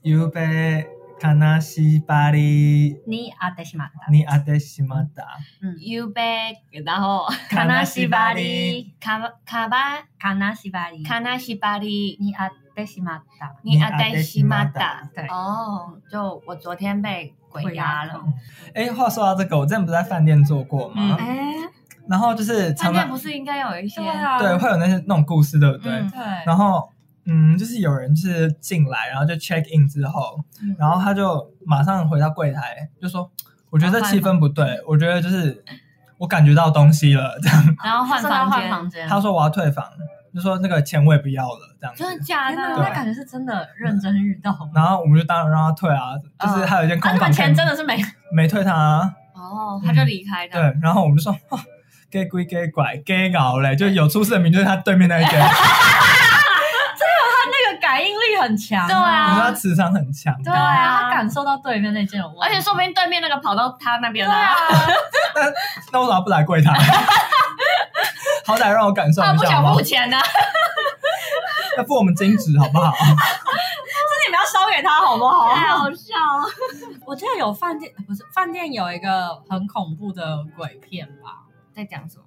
Speaker 3: ゆうべ悲しばり
Speaker 2: にあってしまった。
Speaker 3: にあてしまった。
Speaker 5: u back，然后
Speaker 3: 卡纳西巴里，
Speaker 5: 卡卡巴
Speaker 2: 悲しばり
Speaker 5: 卡纳西巴里，
Speaker 2: にあってしまった。
Speaker 5: 你
Speaker 3: 啊
Speaker 5: 阿呆西马达。
Speaker 2: 对
Speaker 5: 哦，就我昨天被鬼压了。
Speaker 3: 哎，话说到这个，我之前不是在饭店做过吗？
Speaker 5: 嗯
Speaker 2: 哎，
Speaker 3: 然后就是
Speaker 5: 饭
Speaker 3: 常
Speaker 5: 店
Speaker 3: 常
Speaker 5: 不是应该有一些
Speaker 2: 对啊，
Speaker 3: 对会有那些那种故事，对不对？
Speaker 5: 嗯
Speaker 2: 对，
Speaker 3: 然后嗯，就是有人就是进来，然后就 check in 之后，
Speaker 5: 嗯
Speaker 3: 然后他就马上回到柜台，就说：“我觉得这气氛不
Speaker 5: 嗯
Speaker 3: 对，我觉得就是我感觉到东西了。”这样，
Speaker 5: 然后换
Speaker 2: 说到
Speaker 5: 房
Speaker 2: 换
Speaker 5: 间？
Speaker 2: 房间，
Speaker 3: 他说我要退房，就说那个钱我也不要了，这样子。
Speaker 5: 真的假
Speaker 2: 天哪，
Speaker 3: 对
Speaker 2: 那
Speaker 5: 的？
Speaker 2: 感觉是真的认真遇到。
Speaker 3: 然后我们就当然让他退啊，就是还有一间
Speaker 2: 啊，
Speaker 3: 空
Speaker 2: 你
Speaker 3: 房
Speaker 2: 们
Speaker 3: 间
Speaker 2: 钱真的是没，
Speaker 3: 没退他、啊，
Speaker 5: 哦，他就离开
Speaker 3: 对
Speaker 5: 的。，
Speaker 3: 然后我们就说。 (laughs) 哦给鬼给拐给搞嘞，就有出事的名就是他对面那一间，
Speaker 2: (laughs) 那个感应力很强啊，
Speaker 5: 对 (laughs) 啊
Speaker 3: 你说他磁场很强，
Speaker 2: 对啊，他感受到对面那件有问
Speaker 5: 而
Speaker 2: 题，
Speaker 5: 且说不定对面那个跑到他那边
Speaker 2: 对啊
Speaker 5: 了，， (laughs)
Speaker 3: 那为什么不来柜台？ (laughs) 好歹让我感受
Speaker 5: 他
Speaker 3: 一
Speaker 5: 不
Speaker 3: 下
Speaker 5: 想
Speaker 3: 好不好
Speaker 5: 付？钱呢。啊
Speaker 3: (laughs) 那付我们金纸好不
Speaker 5: (laughs)
Speaker 3: 好？
Speaker 2: 那你们要烧给他好不好？
Speaker 5: 太好笑了。
Speaker 2: 啊我记得有饭店，不是饭店有一个很恐怖的鬼片吧？
Speaker 5: 在讲什么？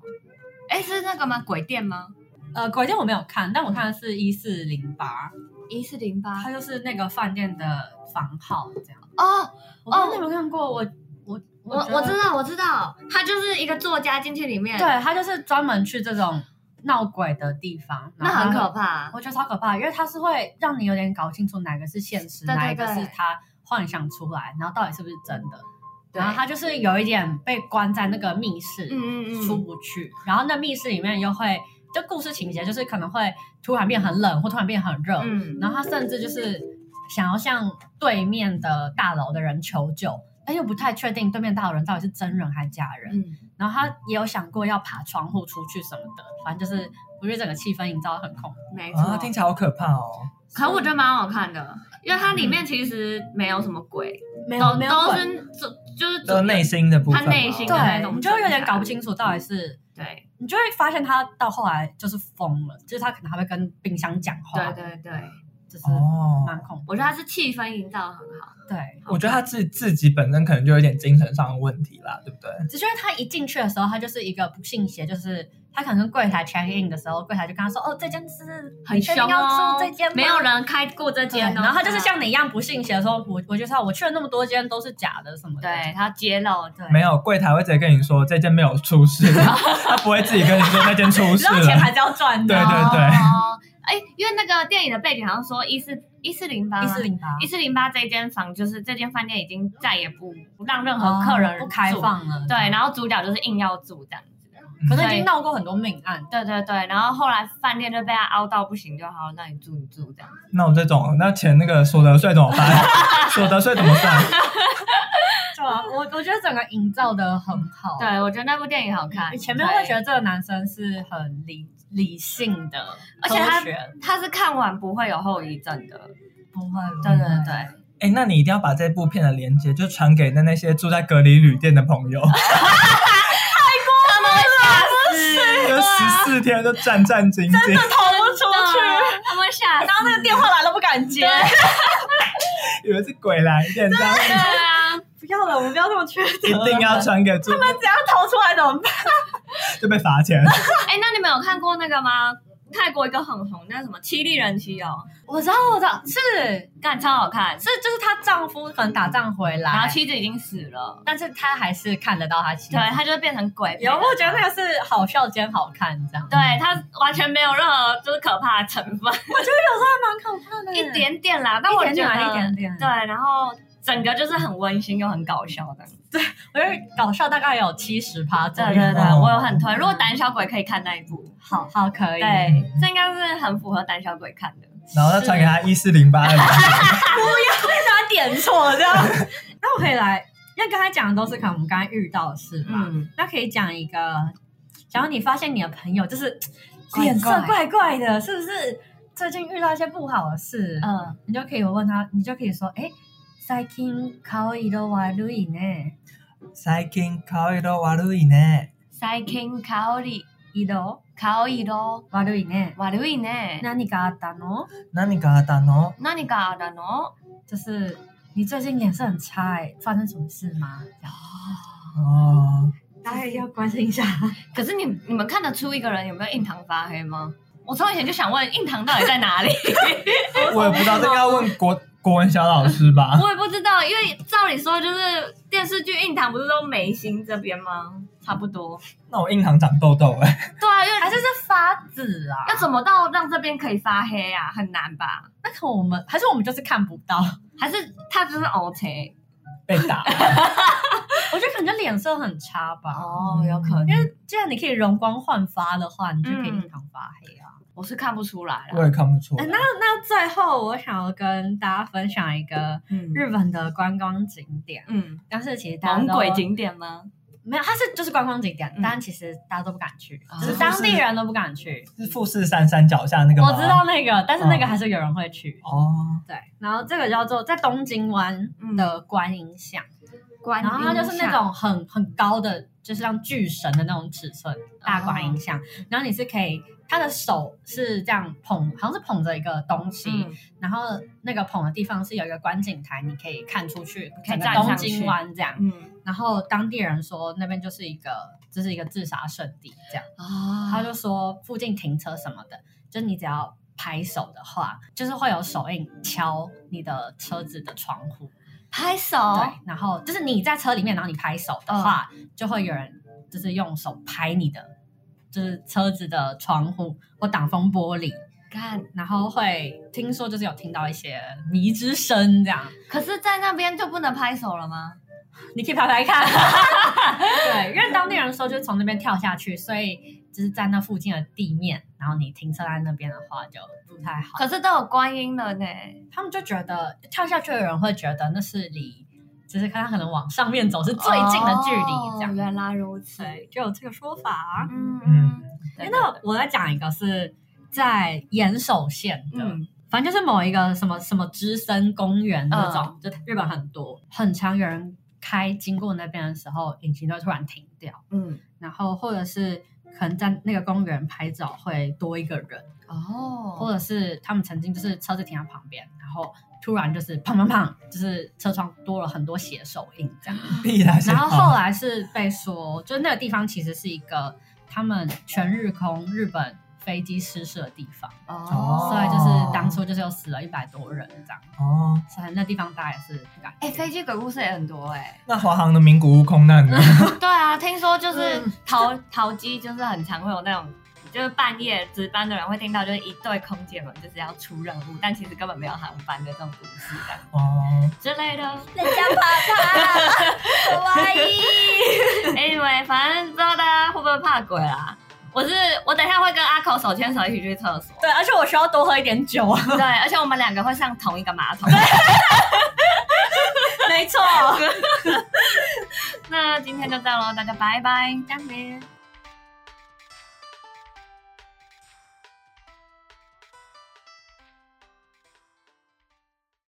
Speaker 5: 哎，是那个吗？鬼店吗？
Speaker 2: 呃，鬼店我没有看，但我看的是一四零八，
Speaker 5: 一四零八
Speaker 2: 它就是那个饭店的房号这样。
Speaker 5: 哦，
Speaker 2: 我不知道你有没有看过？我我
Speaker 5: 我
Speaker 2: 觉得
Speaker 5: 哦我知道，我知道，他就是一个作家进去里面，
Speaker 2: 对，他就是专门去这种闹鬼的地方，
Speaker 5: 那
Speaker 2: 然后
Speaker 5: 很
Speaker 2: 他
Speaker 5: 可怕。
Speaker 2: 我觉得超可怕，因为它是会让你有点搞清楚哪个是现实，
Speaker 5: 对对
Speaker 2: 哪一个
Speaker 5: 对
Speaker 2: 是他幻想出来，然后到底是不是真的。
Speaker 5: 对
Speaker 2: 然后他就是有一点被关在那个密室，
Speaker 5: 嗯嗯嗯
Speaker 2: 出不去。然后那密室里面又会，就故事情节就是可能会突然变很冷，或突然变很热。
Speaker 5: 嗯，
Speaker 2: 然后他甚至就是想要向对面的大楼的人求救，但又不太确定对面大楼人到底是真人还是假人。
Speaker 5: 嗯，
Speaker 2: 然后他也有想过要爬窗户出去什么的，反正就是我觉得整个气氛营造得很恐怖。
Speaker 5: 没
Speaker 3: 啊，
Speaker 5: 错。
Speaker 3: 听起来好可怕哦。
Speaker 5: 可我觉得蛮好看的，因为它里面其实没有什么鬼，
Speaker 2: 没
Speaker 5: 都
Speaker 2: 没有
Speaker 5: 都
Speaker 2: 鬼
Speaker 5: 是主就是主
Speaker 3: 就内心的部分哦
Speaker 5: 他
Speaker 3: 吧，
Speaker 5: 内心的那
Speaker 2: 对，
Speaker 5: 种
Speaker 2: 你就会有点搞不清楚到底是，
Speaker 5: 对
Speaker 2: 你就会发现他到后来就是疯了，就是他可能还会跟冰箱讲话，
Speaker 5: 对对对，
Speaker 2: 就是
Speaker 3: 哦。
Speaker 2: 蛮恐怖。
Speaker 5: 我觉得它是气氛营造得很好。
Speaker 2: 对，
Speaker 3: 我觉得他自自己本身可能就有点精神上的问题啦，对不对？
Speaker 2: 只是因为他一进去的时候，他就是一个不信邪，就是他可能跟柜台 check in 的时候，柜台就跟他说：“哦，这间是
Speaker 5: 很凶哦
Speaker 2: 要住这间吗
Speaker 5: 没有人开过这
Speaker 2: 对，
Speaker 5: 间哦。
Speaker 2: 然后他就是像你一样不信邪，说：“我我就知道我去了那么多间都是假的什么的。”
Speaker 5: 对他揭露，对，
Speaker 3: 没有柜台会直接跟你说这间没有出事，
Speaker 2: (laughs)
Speaker 3: 他不会自己跟你说那间出事
Speaker 2: 然后钱还
Speaker 3: 了。
Speaker 2: 是要赚的。
Speaker 3: 对对对
Speaker 5: 哦，哎，因为那个电影的背景好像说一四一四零八
Speaker 2: 一四零八
Speaker 5: 啊一四零八这间房就是这间饭店已经再也不哦不让任何客人
Speaker 2: 哦不开
Speaker 5: 住，
Speaker 2: 放了，
Speaker 5: 对，然后主角就是硬要住这样子。
Speaker 3: 嗯
Speaker 2: 可是已
Speaker 5: 对
Speaker 2: 经闹过很多命案，
Speaker 5: 对对对，然后后来饭店就被他凹到不行，就好，那你住你住这样子。
Speaker 3: 那我这种，那钱那个所得税怎么办？所得税怎么算？
Speaker 2: 对啊，我我觉得整个营造的很好。
Speaker 5: 对，我觉得那部电影好看。
Speaker 2: 你前面会觉
Speaker 5: 得
Speaker 2: 得这个男生是很理理性的，
Speaker 5: 而且他
Speaker 2: 科学
Speaker 5: 他是看完不会有后遗症的。
Speaker 2: 不会，
Speaker 5: 对对对，
Speaker 3: 哎、那你一定要把这部片的连接就传给那那些住在隔离旅店的朋友， (laughs) 就十四天都战战兢兢，
Speaker 2: 逃不出去，
Speaker 5: 对他们吓死。
Speaker 2: 然后那个电话来了不敢接，
Speaker 3: 以为是鬼来电，这样
Speaker 5: 对啊，
Speaker 2: (laughs) 不要了，我们不要这么缺德，
Speaker 3: 一
Speaker 2: (laughs)
Speaker 3: 定要传给住，
Speaker 2: 怎样逃出来怎么办？
Speaker 3: 就被罚钱。
Speaker 5: 哎，那你们有看过那个吗？泰国一个很红，那什么《七力人妻》哦，
Speaker 2: 我知道，我知道，是
Speaker 5: 干超好看。
Speaker 2: 是，就是她丈夫可能打仗回
Speaker 5: 然
Speaker 2: 来
Speaker 5: 后，妻子已经死了，
Speaker 2: 但是她还是看得到她妻子
Speaker 5: 对，。他就变成鬼。
Speaker 2: 有，我觉得那个是好笑兼好看这样，
Speaker 5: 对他完全没有任何就是可怕的成分，
Speaker 2: 蛮可怕的
Speaker 5: 一点点啦，但我
Speaker 2: 嗯
Speaker 5: 觉
Speaker 2: 一点点啊
Speaker 5: 得
Speaker 2: 啦一点点
Speaker 5: 对，然后整个就是很温馨又很搞笑
Speaker 2: 哦
Speaker 5: 的。
Speaker 2: 我觉得搞笑大概有七十趴左
Speaker 5: 对
Speaker 2: 右。
Speaker 5: 对对，
Speaker 3: 哦
Speaker 5: 我有很推。如果胆小鬼可以看那一部，
Speaker 2: 好好可以。
Speaker 5: 对，
Speaker 2: 嗯
Speaker 5: 这应该是很符合胆小鬼看的。
Speaker 3: 然后再传给他一四零八的，
Speaker 2: 他点错了这样。那我可以来，那刚才讲的都是可能我们刚才遇到的事吧。
Speaker 5: 嗯，
Speaker 2: 那可以讲一个，假如你发现你的朋友就是
Speaker 5: 嗯怪怪
Speaker 2: 脸色怪怪的，是不是最近遇到一些不好的事？
Speaker 5: 嗯，
Speaker 2: 你就可以问他，你就可以说，哎、最近顔色悪いね。
Speaker 3: 最近顔色悪いね。
Speaker 5: 最近顔り
Speaker 2: 色
Speaker 5: 顔色
Speaker 2: 悪いね。
Speaker 5: 悪いね。
Speaker 2: 何かあったの？
Speaker 3: 何があったの？
Speaker 5: 何があるの？
Speaker 2: 就是你最近脸色很差、诶发生什么事吗？
Speaker 3: 哦，
Speaker 2: 大
Speaker 5: 哎
Speaker 2: 家要关心一下。
Speaker 5: 可是你你们看得出一个人有没有印堂发黑吗？我从以前就想问印堂到底在哪
Speaker 2: (laughs)
Speaker 5: 里，
Speaker 3: 我也不知道，这个要问国国文小老师吧。
Speaker 5: 我也不知道，因为照理说就是电视剧印堂不是都眉心这边吗？差不多。
Speaker 3: 那我印堂长痘痘哎、
Speaker 5: 对啊，因为
Speaker 2: 还是是发紫啊？
Speaker 5: 要怎么到让这边可以发黑啊？很难吧？
Speaker 2: 那可能我们还是我们就是看不到，我
Speaker 5: 还是他就是 OK？
Speaker 3: 被
Speaker 2: (laughs)
Speaker 3: 打。
Speaker 2: 觉得可能就脸色很差吧。嗯
Speaker 5: 哦，有可能，因
Speaker 2: 因
Speaker 5: 为
Speaker 2: 为既然你可以容光焕发的话，你就可以
Speaker 5: 嗯
Speaker 2: 印堂发黑啊。
Speaker 5: 我是看不出来
Speaker 3: 我
Speaker 5: 了。
Speaker 3: 也看不出来
Speaker 5: 啊
Speaker 2: 哎、那那最后我想要跟大家分享一个
Speaker 5: 嗯
Speaker 2: 日本的观光景点，
Speaker 5: 嗯，
Speaker 2: 但是其实大家
Speaker 5: 猛
Speaker 2: 都
Speaker 5: 鬼景点吗？
Speaker 2: 没有，它是就是观光景点，
Speaker 5: 嗯
Speaker 2: 但其实大家都不敢去，
Speaker 5: 哦
Speaker 2: 就是当地人都不敢去。
Speaker 3: 是富士山山脚下那个吗？
Speaker 2: 我知道。那个，但是
Speaker 5: 嗯
Speaker 2: 那个还是有人会去。
Speaker 3: 哦，
Speaker 2: 对，然后这个叫做在东京湾
Speaker 5: 嗯
Speaker 2: 的观音像。
Speaker 5: 观音
Speaker 2: 然
Speaker 5: 像，
Speaker 2: 后它就是
Speaker 5: (laughs)
Speaker 2: 那种很很高的，就是像巨神的那种尺寸大
Speaker 5: 哦
Speaker 2: 观音像，然后你是可以，他的手是这样捧，好像是捧着一个东西，
Speaker 5: 嗯，
Speaker 2: 然后那个捧的地方是有一个观景台，你可以看出去
Speaker 5: 可
Speaker 2: 整
Speaker 5: 以
Speaker 2: 个
Speaker 5: 站
Speaker 2: 东
Speaker 5: 上去
Speaker 2: 京湾这样。
Speaker 5: 嗯
Speaker 2: 然后当地人说那边就是一个，这是一个自杀圣地这样，
Speaker 5: 啊
Speaker 2: 他就说附近停车什么的，就你只要拍手的话，就是会有手印敲你的车子的窗户。
Speaker 5: 拍手，
Speaker 2: 对，然后就是你在车里面，然后你拍手的话，
Speaker 5: 嗯
Speaker 2: 就会有人就是用手拍你的，就是车子的窗户或挡风玻璃，
Speaker 5: 看。
Speaker 2: 然后会听说就是有听到一些迷之声这样，
Speaker 5: 可是，在那边就不能拍手了吗？
Speaker 2: 你可以拍拍
Speaker 5: (laughs)
Speaker 2: 看。对，因为当地人说就是从那边跳下去，所以就是在那附近的地面，然后你停车在那边的话就不太好。
Speaker 5: 可是都有观音了呢。
Speaker 2: 他们就觉得跳下去的人会觉得那是离，就是看他可能往上面走是最近的距离，这样、
Speaker 5: 哦原来如此。
Speaker 2: 对，就有这个说法。啊
Speaker 5: 嗯
Speaker 3: 嗯，
Speaker 5: 对
Speaker 2: 那我再讲一个是在岩手县的。
Speaker 5: 嗯
Speaker 2: 反正就是某一个什么什么之森公园那
Speaker 5: 嗯
Speaker 2: 种，就日本很多，很常有人开经过那边的时候，引擎都会突然停掉，
Speaker 5: 嗯，
Speaker 2: 然后或者是可能在那个公园拍照会多一个人，
Speaker 5: 哦，
Speaker 2: 或者是他们曾经就是车子停在旁边，然后突然就是砰砰砰，就是车窗多了很多血手印这样。
Speaker 3: 必然是
Speaker 2: (laughs) 然后
Speaker 5: 哦
Speaker 2: 后
Speaker 3: 好
Speaker 2: 来是被说，就是那个地方其实是一个他们全日空日本飞机失事的地方，
Speaker 3: 哦
Speaker 2: 所以就是当初就是有死了一百多人这样，
Speaker 3: 哦。
Speaker 2: 所以那地方大家也是不敢。
Speaker 5: 哎、飞机鬼故事也很多哎、
Speaker 3: 那华航的名古屋
Speaker 2: (laughs)
Speaker 3: 空难呢？
Speaker 5: 对啊，听说就是桃桃机，就是很常会有那种，就是半夜值班的人会听到，就是一对空姐们就是要出任务，但其实根本没有航班的这种故事这样
Speaker 3: 哦，
Speaker 5: 之类 (laughs) 的。
Speaker 1: 人家
Speaker 5: (laughs)
Speaker 1: 怕怕，可爱い。
Speaker 5: anyway，反正不知道大家会不会怕鬼啦。我是我等一下会跟阿口手牵手一起去厕所，
Speaker 2: 对，而且我需要多喝一点酒
Speaker 5: (laughs)
Speaker 2: 啊。 (laughs)
Speaker 5: 对，而且我们两个会上同一个 (laughs) 马桶。
Speaker 2: 没错。
Speaker 5: 啊那今天就这样喽，大家拜拜，再见。